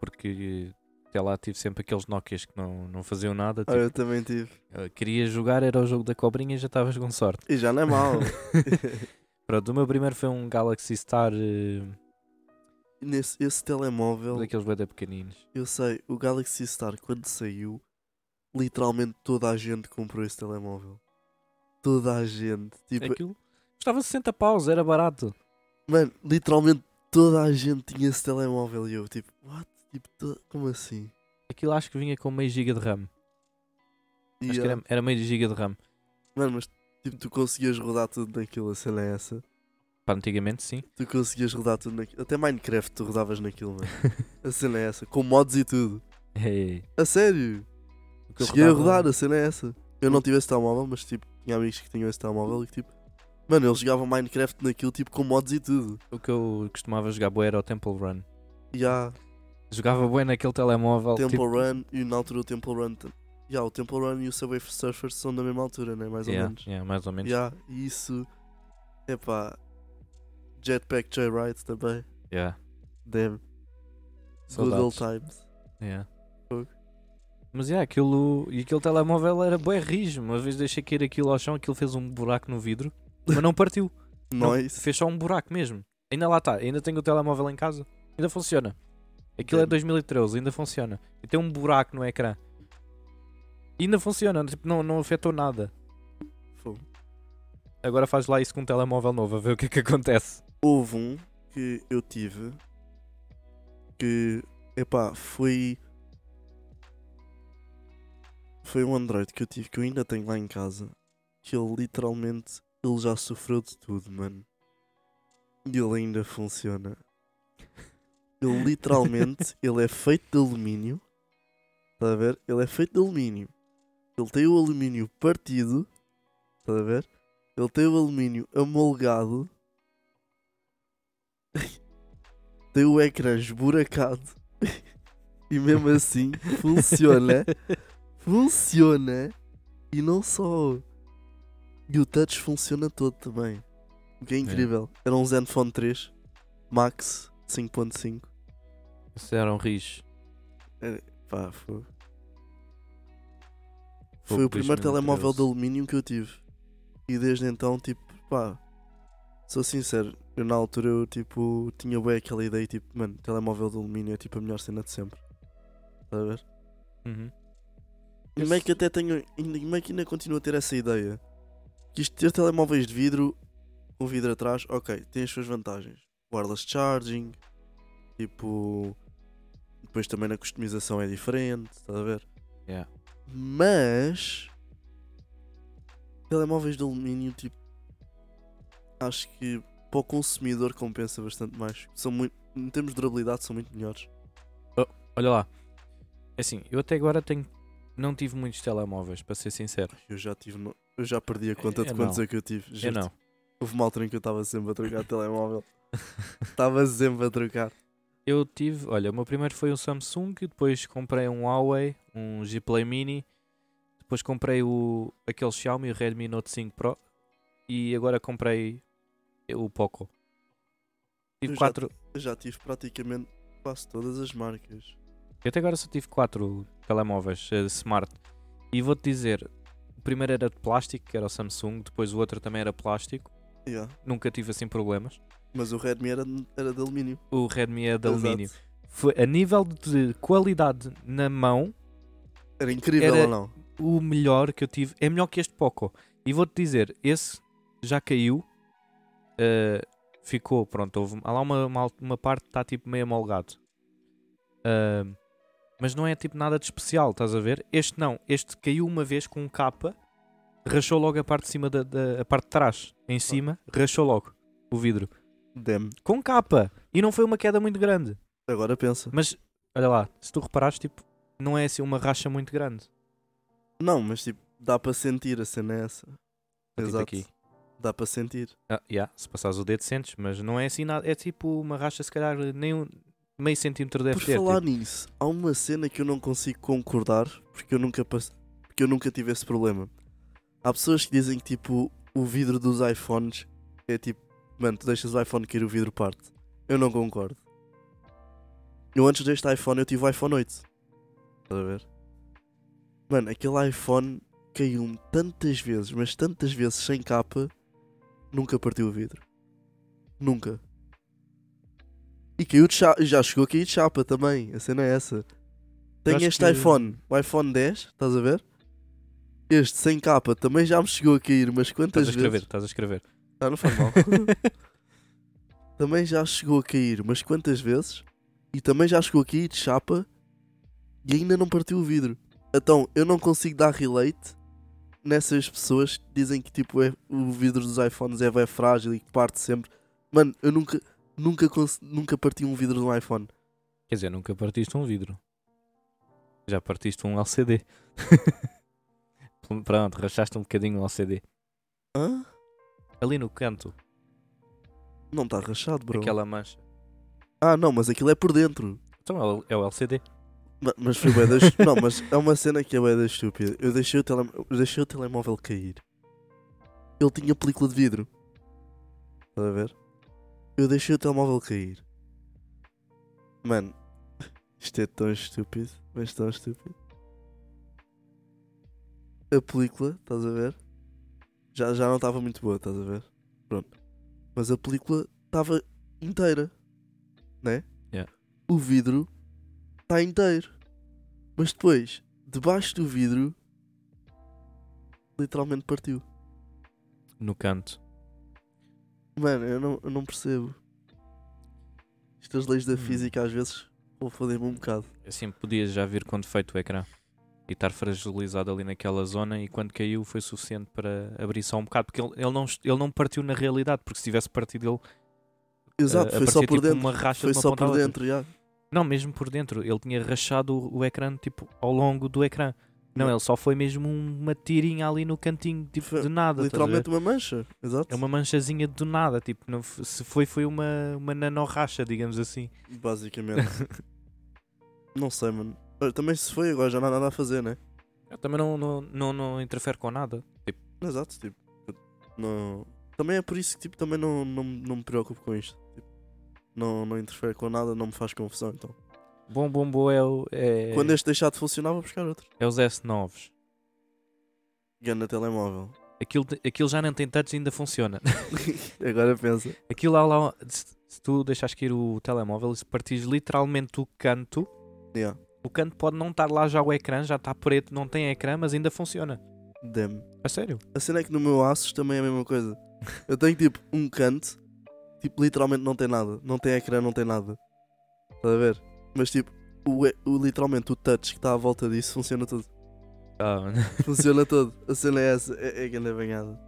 B: Porque eh, até lá tive sempre aqueles Nokias que não, não faziam nada.
A: Ah,
B: tipo,
A: eu também tive. Tá
B: Uh, queria jogar, era o jogo da cobrinha e já estavas com sorte.
A: E já não é mau.
B: Pronto, o meu primeiro foi um Galaxy Star eh,
A: Nesse, esse telemóvel,
B: daqueles bebê pequeninos.
A: eu sei, o Galaxy Star, quando saiu, literalmente toda a gente comprou esse telemóvel. Toda a gente. Tipo,
B: Aquilo custava 60 paus, era barato.
A: Mano, literalmente toda a gente tinha esse telemóvel e eu, tipo, what? Tipo, to- como assim?
B: Aquilo acho que vinha com meio giga de RAM.
A: E,
B: Acho que
A: ah,
B: era, era meio giga de RAM.
A: Mano, mas tipo, tu conseguias rodar tudo naquilo, a cena é essa.
B: Pá, antigamente sim.
A: Tu conseguias rodar tudo naquilo. Até Minecraft tu rodavas naquilo, mano. a cena é essa. Com mods e tudo.
B: Ei,
A: A sério.
B: É, o que eu
A: Cheguei a
B: rodava-
A: rodar, a cena é essa. Eu não tive esse telemóvel, mas tipo, tinha amigos que tinham esse telemóvel e que tipo. Mano, eles jogavam Minecraft naquilo, tipo, com mods e tudo.
B: O que eu costumava jogar bué era o Temple Run.
A: E há
B: Jogava bué naquele telemóvel.
A: Temple
B: tipo,
A: Run e na altura o Temple Run. tam- E há o Temple Run e o Subway Surfers são da mesma altura, né? Mais ou
B: yeah,
A: menos.
B: yeah, mais ou menos.
A: Yeah, e isso. Epá. Jetpack Joyride também.
B: Yeah,
A: Damn. Good old
B: saudades.
A: times.
B: Yeah.
A: Fogo.
B: Mas é, aquilo. E aquele telemóvel era bué rijo. Uma vez deixei cair aquilo ao chão, aquilo fez um buraco no vidro, mas não partiu. Não,
A: Nice.
B: Fez só um buraco mesmo. Ainda lá está, ainda tenho o telemóvel em casa. Ainda funciona. Aquilo é
A: Damn.
B: 2013, ainda funciona. E tem um buraco no ecrã. E ainda funciona, tipo, não, não afetou nada.
A: Fogo.
B: Agora faz lá isso com um telemóvel novo, a ver o que é que acontece.
A: Houve um que eu tive que, epá, foi. Foi um Android que eu tive que eu ainda tenho lá em casa. Que ele literalmente. Ele já sofreu de tudo, mano. E ele ainda funciona. Ele literalmente. ele é feito de alumínio. Está a ver? Ele é feito de alumínio. Ele tem o alumínio partido. Está a ver? Ele tem o alumínio amolgado. tem o ecrã esburacado e mesmo assim funciona, funciona e não só. E o touch funciona todo também. O que é incrível. Era um Zenfone 3 Max 5.5.
B: Isso era um rijo.
A: Pá, foi.
B: Foi
A: Foi o
B: o
A: primeiro
B: 2013.
A: telemóvel de alumínio que eu tive. E desde então, tipo, pá. Sou sincero, eu na altura eu, tipo, tinha bem aquela ideia, tipo, mano, telemóvel de alumínio é tipo a melhor cena de sempre. Estás a ver?
B: Uhum.
A: E como é que até tenho. ainda- Como é que ainda continuo a ter essa ideia? Que isto ter telemóveis de vidro, com vidro atrás, ok, tem as suas vantagens. Wireless charging, tipo. Depois também na customização é diferente, estás a ver?
B: Yeah.
A: Mas. Telemóveis de alumínio, tipo. Acho que para o consumidor compensa bastante mais. São muito. Em termos de durabilidade, são muito melhores.
B: Olha lá. Assim, eu até agora tenho. Não tive muitos telemóveis, para ser sincero.
A: Eu já tive. no- Eu já perdi a conta
B: Eu
A: de quantos
B: não.
A: é que eu tive.
B: Eu
A: juro-te.
B: não.
A: Houve uma altura em que eu estava sempre a trocar de telemóvel. Estava sempre a trocar.
B: Eu tive, olha, o meu primeiro foi um Samsung, depois comprei um Huawei, um G Play Mini, depois comprei o aquele Xiaomi, o Redmi Note 5 Pro e agora comprei o Poco. Tive
A: Eu já-
B: quatro,
A: Eu já tive praticamente quase todas as marcas.
B: eu até agora só tive quatro telemóveis eh, smart. E vou-te dizer, o primeiro era de plástico, que era o Samsung, depois o outro também era plástico,
A: Yeah.
B: nunca tive assim problemas.
A: Mas o Redmi era, era de alumínio.
B: O Redmi é de
A: Exato.
B: alumínio. Foi, a nível de qualidade na mão,
A: Era incrível
B: Era-
A: ou não?
B: o melhor que eu tive é melhor que este Poco. E vou-te dizer, esse já caiu, uh, ficou, pronto, houve, há lá uma, uma, al- uma parte que está tipo meio amolgado. Uh, mas não é tipo nada de especial, estás a ver? Este não, este caiu uma vez com um capa, rachou logo a parte de cima da, da- a parte de trás, em cima, rachou logo o vidro.
A: Damn.
B: Com capa! E não foi uma queda muito grande.
A: Agora pensa.
B: Mas, olha lá, se tu reparares, tipo, não é assim uma racha muito grande.
A: Não, mas tipo, dá para sentir a cena é essa.
B: Tipo
A: Exato.
B: aqui.
A: Dá para sentir.
B: Ah, yeah, se passares o dedo sentes, mas não é assim nada. É tipo uma racha, se calhar, nem um meio centímetro deve
A: Por
B: ter.
A: falar
B: tipo.
A: nisso, há uma cena que eu não consigo concordar porque eu nunca passe- porque eu nunca tive esse problema. Há pessoas que dizem que tipo o vidro dos iPhones é tipo, mano, tu deixas o iPhone cair o vidro parte. Eu não concordo. Eu antes deste iPhone eu tive o iPhone 8. Estás a ver? Mano, aquele iPhone caiu-me tantas vezes, mas tantas vezes sem capa, nunca partiu o vidro. Nunca. E caiu de chapa, já chegou a cair de chapa também, a cena é essa. Tenho
B: Acho
A: este
B: que-
A: iPhone, o iPhone 10, estás a ver? Este sem capa também já me chegou a cair, mas quantas
B: Estás a escrever,
A: vezes.
B: estás a escrever.
A: Ah, não faz mal. também já chegou a cair, mas quantas vezes? E também já chegou a cair de chapa e ainda não partiu o vidro. Então, eu não consigo dar relate nessas pessoas que dizem que tipo, é, o vidro dos iPhones é bem frágil e que parte sempre. Mano, eu nunca, nunca, cons- nunca parti um vidro de um iPhone.
B: Quer dizer, nunca partiste um vidro. Já partiste um LCD. Pronto, rachaste um bocadinho o LCD.
A: Hã?
B: Ali no canto,
A: Não está rachado, bro.
B: aquela mancha.
A: Ah, não, mas aquilo é por dentro.
B: Então é o- é o LCD.
A: Ma- Mas foi bué da estu- Não, mas é uma cena que é bué da estúpida. Eu deixei o, tele... eu deixei o telemóvel cair. Ele tinha película de vidro. Estás a ver? Eu deixei o telemóvel cair. Mano, isto é tão estúpido, mas tão estúpido. A película, estás a ver? Já, já não estava muito boa, estás a ver? Pronto. Mas a película estava inteira. Né?
B: Yeah.
A: O vidro está inteiro. Mas depois, debaixo do vidro, literalmente partiu.
B: no canto.
A: Mano, eu não, eu não percebo. Estas leis da
B: Hum.
A: física às vezes pô, fodem-me um bocado.
B: Assim podias já vir quando feito o ecrã e estar fragilizado ali naquela zona e quando caiu foi suficiente para abrir só um bocado, porque ele, ele não, est- ele não partiu na realidade, porque se tivesse partido ele
A: Exato,
B: eh,
A: foi só
B: aparecia
A: por
B: tipo
A: dentro.
B: uma racha
A: Foi
B: de uma
A: só
B: ponta à
A: por
B: outra.
A: dentro, já.
B: Não, mesmo por dentro, ele tinha rachado o, o ecrã tipo ao longo do ecrã. Não,
A: Não.
B: ele só foi mesmo um, uma tirinha ali no cantinho, tipo
A: Foi
B: de nada. estás a ver?
A: Literalmente uma mancha. Exato.
B: É uma manchazinha do nada, tipo, não f- se foi, foi uma, uma nanorracha, digamos assim.
A: Basicamente. não sei, mano. Olha, Também se foi, agora já não há nada a fazer, né?
B: Eu também não, não, não, não interfere com nada. Tipo,
A: Exato, tipo. Não... Também é por isso que tipo, também não, não, não me preocupo com isto. Tipo, não, não interfere com nada, não me faz confusão, então.
B: bom, bom, bom é o. É...
A: Quando este deixar de funcionar, vou buscar outro.
B: É os S9s.
A: Ganda telemóvel.
B: Aquilo, te- aquilo já não tem touch e ainda funciona.
A: Agora pensa.
B: Aquilo lá, lá se, se tu deixares cair o telemóvel e se partires literalmente o canto,
A: Yeah.
B: o canto pode não estar lá já o ecrã, já está preto, não tem ecrã, mas ainda funciona.
A: Damn.
B: A sério?
A: A cena é que no meu Asus também é a mesma coisa. Eu tenho tipo um canto, tipo literalmente não tem nada. Não tem ecrã, não tem nada. Estás a ver? Mas tipo, o, e- o- literalmente o touch que está à volta disso funciona todo.
B: Ah,
A: Funciona todo. A cena é essa. É, é que anda banhada.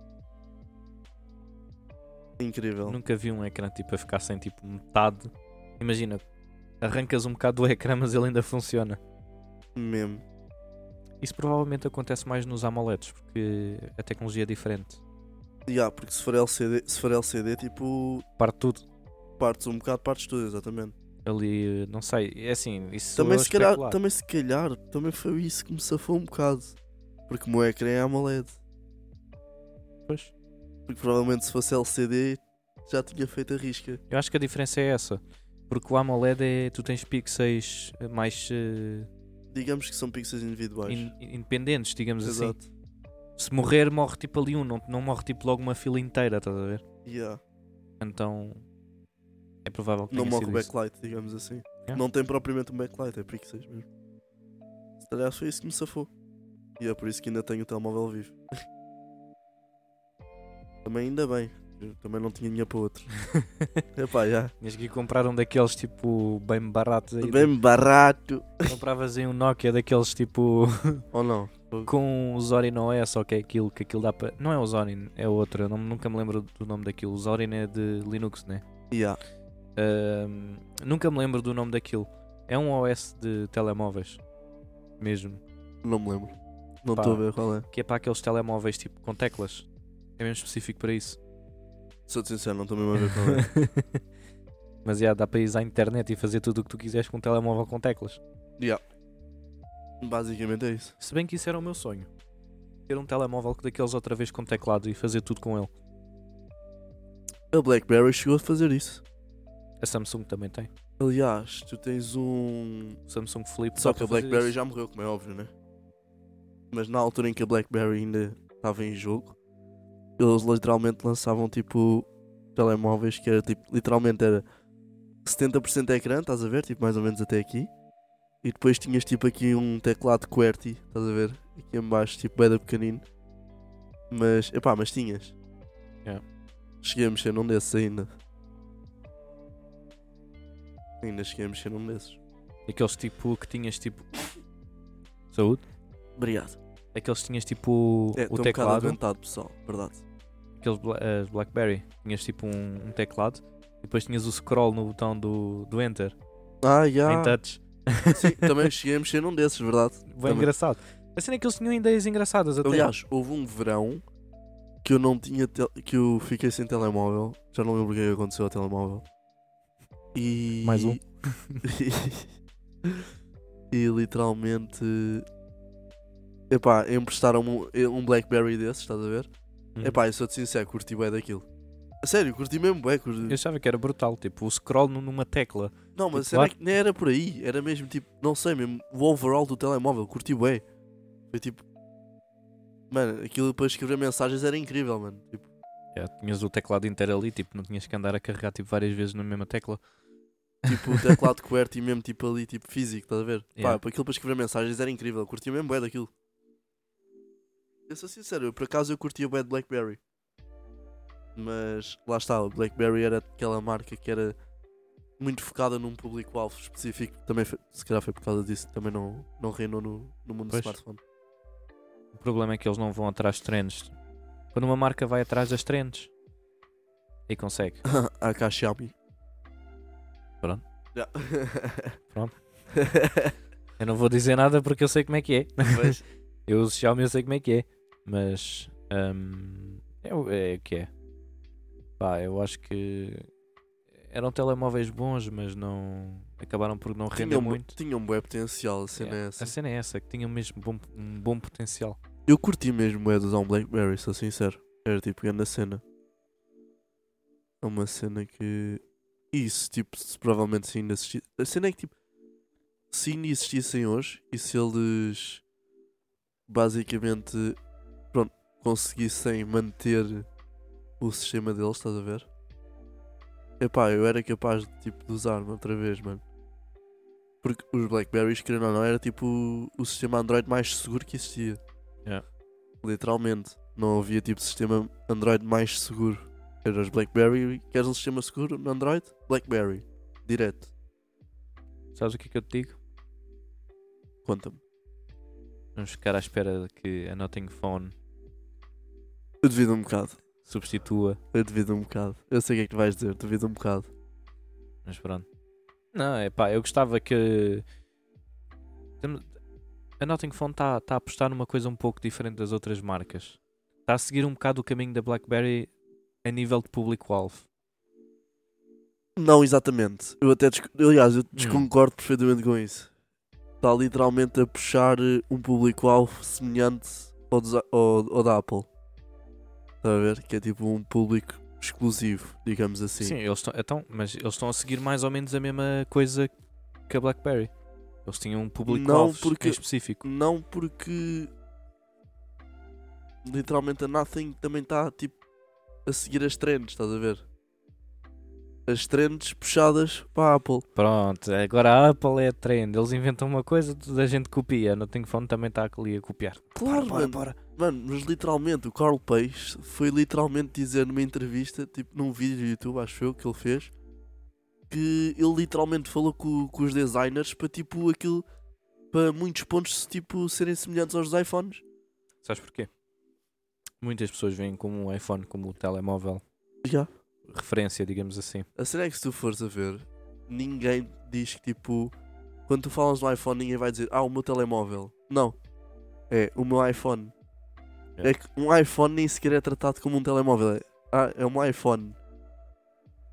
A: É Incrível.
B: nunca vi um ecrã tipo a ficar sem tipo metade. Imagina, arrancas um bocado do ecrã, mas ele ainda funciona.
A: Mesmo.
B: Isso provavelmente acontece mais nos AMOLEDs, porque a tecnologia é diferente.
A: Yeah, porque se for LCD, se for LCD, tipo,
B: Parte tudo.
A: partes um bocado, partes tudo, exatamente.
B: Ali, não sei, é assim, isso
A: Também
B: é
A: se, calhar,
B: especular.
A: também se calhar, também foi isso que me safou um bocado. Porque o meu ecrã é AMOLED.
B: Pois.
A: Porque provavelmente se fosse LCD já tinha feito a risca.
B: Eu acho que a diferença é essa. Porque o AMOLED é. Tu tens pixels mais eh,
A: Digamos que são pixels individuais.
B: in- independentes, digamos assim.
A: Exato.
B: Se morrer, morre tipo ali um, não, não morre tipo logo uma fila inteira, estás a ver?
A: Yeah.
B: Então. É provável que
A: Não
B: tenha
A: morre o
B: sido isso.
A: backlight, digamos assim.
B: Yeah.
A: Não tem propriamente um backlight, é pixels mesmo. Se calhar foi isso que me safou. E é por isso que ainda tenho o telemóvel vivo. também ainda bem. Eu também não tinha dinheiro para outro. Epá, já.
B: Tinhas que ir comprar um daqueles tipo bem baratos aí. né?
A: Bem barato.
B: Compravas aí um Nokia daqueles tipo.
A: Ou não?
B: com o Zorin OS, ou que é aquilo que aquilo dá para. Não é o Zorin, é outra. Não, nunca me lembro do nome daquilo. O Zorin é de Linux, né?
A: Yeah.
B: Ahm, nunca me lembro do nome daquilo. É um OS de telemóveis. Mesmo.
A: Não me lembro. Não
B: Pá.
A: estou a ver qual é.
B: Que é para aqueles telemóveis tipo com teclas. É mesmo específico para isso.
A: Sou-te sincero, não estou mesmo a ver qual é.
B: Mas já dá para ir à internet e fazer tudo o que tu quiseres com um telemóvel com teclas.
A: Basicamente é isso.
B: Se bem que isso era o meu sonho. Ter um telemóvel daqueles outra vez com teclado e fazer tudo com ele.
A: A BlackBerry chegou a fazer isso.
B: A Samsung também tem.
A: Aliás, tu tens um.
B: O Samsung Flip.
A: Só
B: dá
A: que a
B: para fazer
A: BlackBerry
B: isso.
A: já morreu, como é óbvio, né? Mas na altura em que a BlackBerry ainda estava em jogo, eles literalmente lançavam tipo telemóveis que era tipo, literalmente era 70% de ecrã, estás a ver? Tipo, mais ou menos até aqui. E depois tinhas tipo aqui um teclado QWERTY, estás a ver? Aqui em baixo, tipo, beda pequenino. Mas, epá, mas tinhas.
B: Yeah.
A: Cheguei a mexer num desses ainda. Ainda cheguei a mexer num desses.
B: Aqueles tipo que tinhas tipo. Saúde?
A: Obrigado.
B: Aqueles que tinhas tipo
A: É, estou
B: o
A: um bocado
B: teclado,
A: aventado, pessoal, verdade.
B: aqueles Bla- eh, Blackberry. Tinhas tipo um, um teclado e depois tinhas o scroll no botão do, do Enter,
A: Ah, já.
B: em touch.
A: Sim, também cheguei a mexer num desses, verdade.
B: Bem
A: também.
B: engraçado. A cena é que eles tinham ideias engraçadas até.
A: Aliás, houve um verão que eu não tinha tel- que eu fiquei sem telemóvel. Já não lembro o que é que aconteceu ao telemóvel. E
B: Mais um.
A: e literalmente Epá, emprestaram-me um- um Blackberry desses, estás a ver?
B: Uhum.
A: Epá, eu sou-te sincero, curti bem daquilo. A sério, curti mesmo bem. Curti...
B: Eu achava que era brutal, tipo o scroll nu- numa tecla.
A: Não, mas
B: tipo,
A: será
B: claro.
A: que nem era por aí? Era mesmo tipo, não sei mesmo, o overall do telemóvel, curti bem. Foi tipo. Mano, aquilo para escrever mensagens era incrível, mano. Tipo,
B: Já, tinhas o teclado inteiro ali, tipo, não tinhas que andar a carregar tipo, várias vezes na mesma tecla.
A: tipo o teclado QWERTY mesmo, tipo ali, tipo físico, estás a ver?
B: Yeah.
A: Pá, para aquilo para escrever mensagens era incrível, curti mesmo bem daquilo. Eu sou sincero, eu, por acaso eu curtia bem de Blackberry. Mas lá está, o Blackberry era aquela marca que era muito focada num público-alvo específico. Também foi- se calhar foi por causa disso, que também não, não reinou no, no mundo do
B: Pois.
A: smartphone.
B: O problema é que eles não vão atrás de trends. Quando uma marca vai atrás das trends e consegue.
A: a Xiaomi.
B: Pronto.
A: Já.
B: Pronto. Eu não vou dizer nada porque eu sei como é que é.
A: Mas,
B: Eu o Xiaomi eu sei como é que é, mas hum, é, o- é o que é. Pá, eu acho que eram telemóveis bons, mas não acabaram por não render
A: tinha, um,
B: muito.
A: tinha um bué potencial, a cena é essa.
B: A cena é essa, que tinha mesmo bom- um bom potencial.
A: Eu curti mesmo é de usar um Blackberry, sou sincero. Era tipo grande cena. É uma cena que. Isso, tipo, se provavelmente se ainda existisse. A cena é que tipo. Se ainda existissem hoje e se eles basicamente pronto, conseguissem manter o sistema deles, estás a ver? Epá, eu era capaz de, tipo, de usar-me outra vez, mano. Porque os Blackberries, querendo ou não, era tipo o- o sistema Android mais seguro que existia.
B: Yeah.
A: Literalmente. Não havia tipo sistema Android mais seguro. Era os Blackberry. Queres um sistema seguro no Android? Blackberry. Direto.
B: Sabes o que é que eu te digo?
A: Conta-me.
B: Vamos ficar à espera que a Notting Phone
A: Eu devido um bocado.
B: substitua,
A: Eu devido um bocado. Eu sei o que é que tu vais dizer. Devido um bocado.
B: mas pronto. Não, é pá, eu gostava que. Temos- A Notting Phone está tá a apostar numa coisa um pouco diferente das outras marcas. Está a seguir um bocado o caminho da BlackBerry a nível de público-alvo.
A: Não, exatamente. Eu até. desco- Aliás, eu desconcordo perfeitamente com isso. Está literalmente a puxar eh, um público-alvo semelhante ao, dos a- ao- ao da Apple. Está a ver? Que é tipo um público exclusivo, digamos assim.
B: Sim, eles estão, então, mas eles estão a seguir mais ou menos a mesma coisa que a BlackBerry. Eles tinham um público-alvo
A: porque-
B: em específico.
A: Não porque literalmente a Nothing também está tipo a seguir as trends, estás a ver? As trends puxadas para a Apple.
B: Pronto, agora a Apple é a trend. Eles inventam uma coisa, toda a gente copia. A Notting Phone também está ali a copiar.
A: Claro,
B: bora,
A: mano.
B: bora.
A: Mano, mas literalmente o Carl Peixe foi literalmente dizer numa entrevista, tipo num vídeo do YouTube, acho eu, que ele fez, que ele literalmente falou com, com os designers para tipo aquilo, para muitos pontos tipo serem semelhantes aos dos iPhones.
B: Sabes porquê? Muitas pessoas veem como o iPhone, como o telemóvel,
A: Já.
B: referência, digamos assim.
A: A cena é que se tu fores a ver, ninguém diz que tipo. Quando tu falas no iPhone, ninguém vai dizer Ah, o meu telemóvel. Não. É o meu iPhone.
B: É.
A: É, que um iPhone nem sequer é tratado como um telemóvel. É, ah, é um iPhone.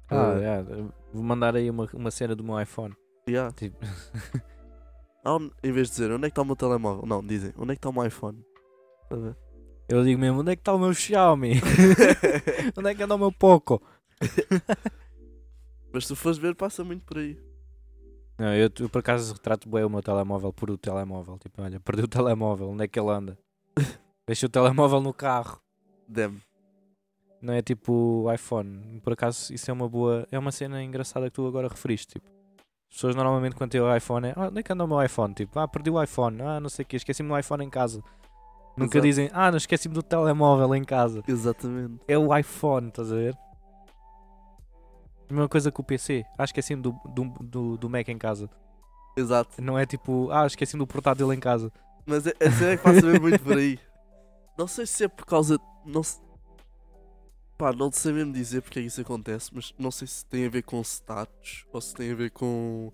B: Ah,
A: é.
B: é, vou mandar aí uma, uma cena do meu iPhone.
A: Yeah.
B: Tipo,
A: Ah, onde- em vez de dizer onde é que está o meu telemóvel, não, dizem onde é que está o meu iPhone. Tá a ver?
B: eu digo mesmo, onde é que está o meu Xiaomi? onde é que anda o meu Poco?
A: Mas se tu fores ver, passa muito por aí.
B: Não, eu, eu por acaso retrato bem o meu telemóvel por o telemóvel. Tipo, olha, perdi o telemóvel, onde é que ele anda? Deixei o telemóvel no carro.
A: Damn.
B: Não é tipo iPhone. Por acaso, isso é uma boa. É uma cena engraçada que tu agora referiste. Tipo, as pessoas normalmente quando têm o iPhone é. Ah, onde é que anda o meu iPhone? Tipo, ah, perdi o iPhone. Ah, não sei o quê. Esqueci-me do iPhone em casa. Nunca
A: Exato.
B: dizem, ah, não esqueci-me do telemóvel em casa.
A: Exatamente.
B: É o iPhone, estás a ver? A mesma coisa que o PC. Ah, esqueci-me do, do, do, do Mac em casa.
A: Exato.
B: Não é tipo, ah, esqueci-me do portátil em casa.
A: Mas é, a cena é que passa mesmo muito por aí. Não sei se é por causa. Não se... Pá, não sei mesmo dizer porque é que isso acontece, mas não sei se tem a ver com status ou se tem a ver com.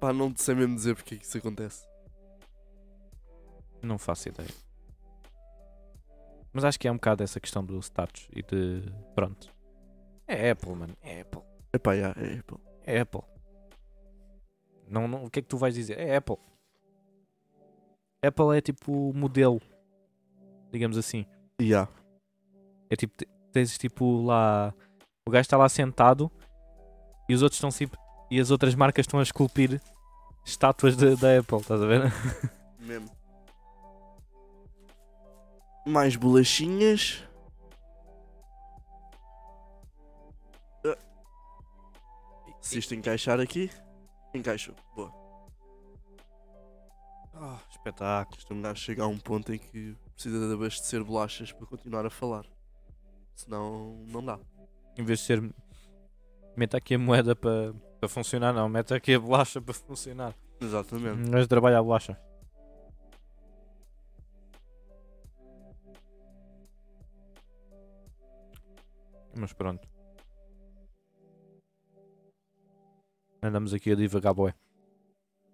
A: Pá, não sei mesmo dizer porque é que isso acontece.
B: Não faço ideia. Mas acho que é um bocado essa questão do status e de. Pronto. É Apple, mano. É Apple.
A: Epá, yeah, é Apple.
B: É Apple. Não, não, o que é que tu vais dizer? É Apple. Apple é tipo modelo. Digamos assim.
A: Yeah.
B: É tipo, te- tens tipo lá. O gajo está lá sentado e os outros estão sempre. E as outras marcas estão a esculpir estátuas da- da Apple, estás a ver?
A: Mesmo. Mais bolachinhas. Ah. Se isto encaixar aqui, encaixou. Boa.
B: Ah, espetáculo.
A: Isto um gajo chega a um ponto em que precisa de abastecer bolachas para continuar a falar. Senão não dá.
B: Em vez de ser. Mete aqui a moeda para para funcionar, não. Mete aqui a bolacha para funcionar.
A: Exatamente.
B: Um gajo trabalha a bolacha. Mas pronto. Andamos aqui a divagar, boé.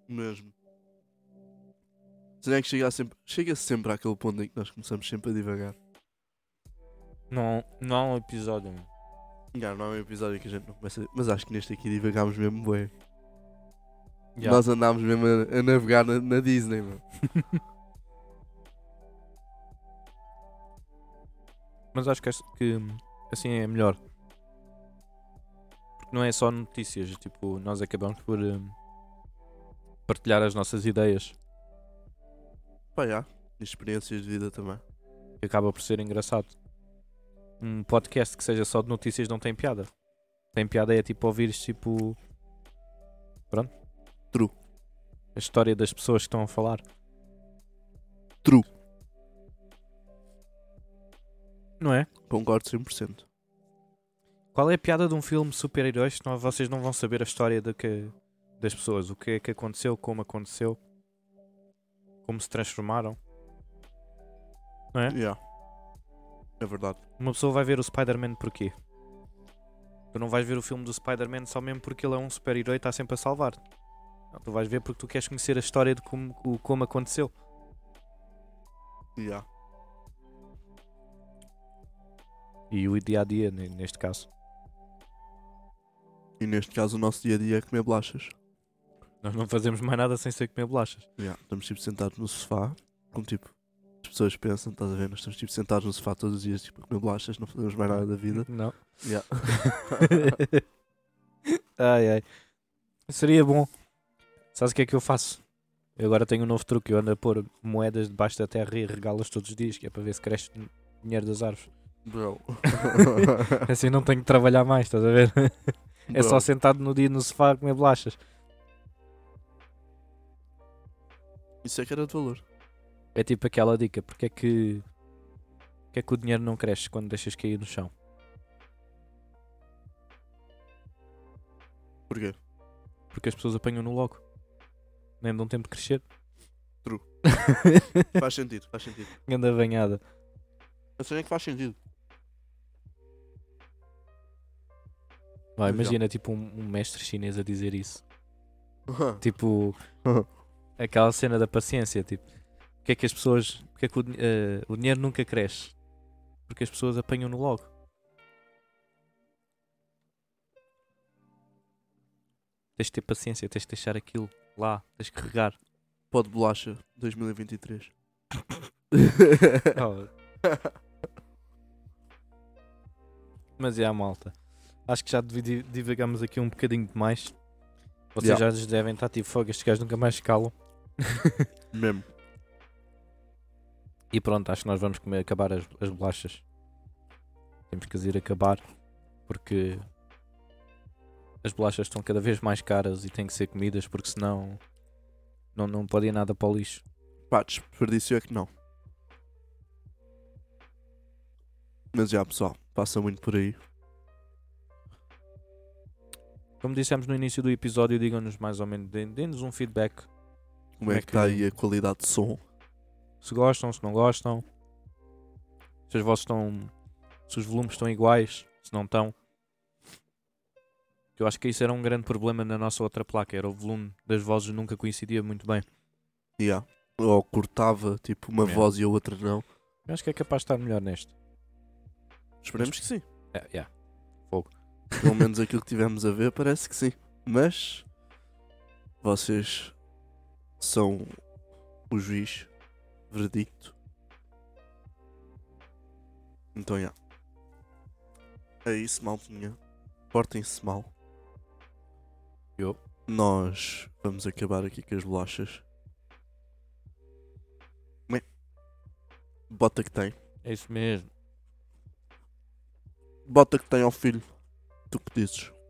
A: Mesmo. Será que chega sempre, chega sempre àquele ponto em que nós começamos sempre a divagar?
B: Não, não há um episódio. meu.
A: Já, não é um episódio que a gente não começa. Mas acho que neste aqui divagámos mesmo, bem.
B: Já.
A: Nós andámos mesmo a, a navegar na, na Disney, mano.
B: Mas acho que, esta- que assim é melhor. Porque não é só notícias. Tipo, nós acabamos por hum, partilhar as nossas ideias.
A: Pá, já. Experiências de vida também.
B: Que acaba por ser engraçado. Um podcast que seja só de notícias não tem piada. Tem piada é tipo ouvir tipo. Pronto.
A: True.
B: A história das pessoas que estão a falar.
A: True.
B: Não é?
A: Concordo 100%.
B: Qual é a piada de um filme de super-heróis se não, vocês não vão saber a história do que- das pessoas? O que é que aconteceu, como aconteceu, como se transformaram? É?
A: Já. É verdade.
B: Uma pessoa vai ver o Spider-Man porquê? Tu não vais ver o filme do Spider-Man só mesmo porque ele é um super-herói e está sempre a salvar. Não, tu vais ver porque tu queres conhecer a história de como, o- como aconteceu.
A: Já.
B: E o dia a dia, neste caso.
A: E neste caso o nosso dia a dia é comer bolachas.
B: Nós não fazemos mais nada sem ser comer bolachas.
A: Yeah, estamos tipo sentados no sofá, como tipo, as pessoas pensam, estás a ver? Nós estamos tipo sentados no sofá todos os dias, tipo, a comer bolachas, não fazemos mais nada da vida.
B: Não.
A: Yeah.
B: ai ai. Seria bom. Sabes o que é que eu faço? Eu agora tenho um novo truque. Eu ando a pôr moedas debaixo da terra e regá-las todos os dias, que é para ver se cresce din- dinheiro das árvores.
A: Bro.
B: Assim não tenho que trabalhar mais, estás a ver? É
A: Bro.
B: só sentado no dia no sofá a comer bolachas.
A: Isso é que era de valor.
B: É tipo aquela dica. Porque é que. Porque é que o dinheiro não cresce quando deixas cair no chão?
A: Porquê?
B: Porque as pessoas apanham-no logo. Nem dão tempo de crescer.
A: True. Faz sentido, faz sentido.
B: Ganda banhada.
A: A cena é que faz sentido.
B: Vai,
A: Mas já.
B: imagina tipo um, um mestre chinês a dizer isso. Tipo, aquela cena da paciência, tipo, porque é que as pessoas, porque é que o, din- eh, o dinheiro nunca cresce? Porque as pessoas apanham-no logo. Tens de ter paciência, tens de deixar aquilo lá, tens que regar.
A: Pode bolacha 2023.
B: Oh. Mas é a malta. Acho que já dividi- divagamos aqui um bocadinho demais. Vocês
A: Yeah.
B: já nos devem estar tipo fogo, estes gajos nunca mais se calam.
A: Mesmo.
B: E pronto, acho que nós vamos comer, acabar as, as bolachas. Temos que as ir acabar porque as bolachas estão cada vez mais caras e têm que ser comidas porque senão não, não pode ir nada para o lixo.
A: Pá, desperdício é que não. Mas já, pessoal, passa muito por aí.
B: Como dissemos no início do episódio, digam-nos mais ou menos, dê- dê-nos um feedback
A: Como é que está aí a qualidade de som?
B: se gostam, se não gostam, se as vozes estão. se os volumes estão iguais, se não estão. Eu acho que isso era um grande problema na nossa outra placa, era o volume das vozes nunca coincidia muito bem.
A: Yeah. Ou cortava, tipo, uma
B: Yeah.
A: voz e a outra não.
B: Eu acho que é capaz de estar melhor neste.
A: Esperemos que sim.
B: É, yeah.
A: Pelo menos aquilo que tivemos a ver parece que sim. Mas vocês são o juiz verdicto. Então já. É isso, maltinha. Portem-se mal.
B: Eu.
A: Nós vamos acabar aqui com as bolachas. Bem, Bota que tem.
B: É isso mesmo.
A: Bota que tem ao filho. Tu que dizes.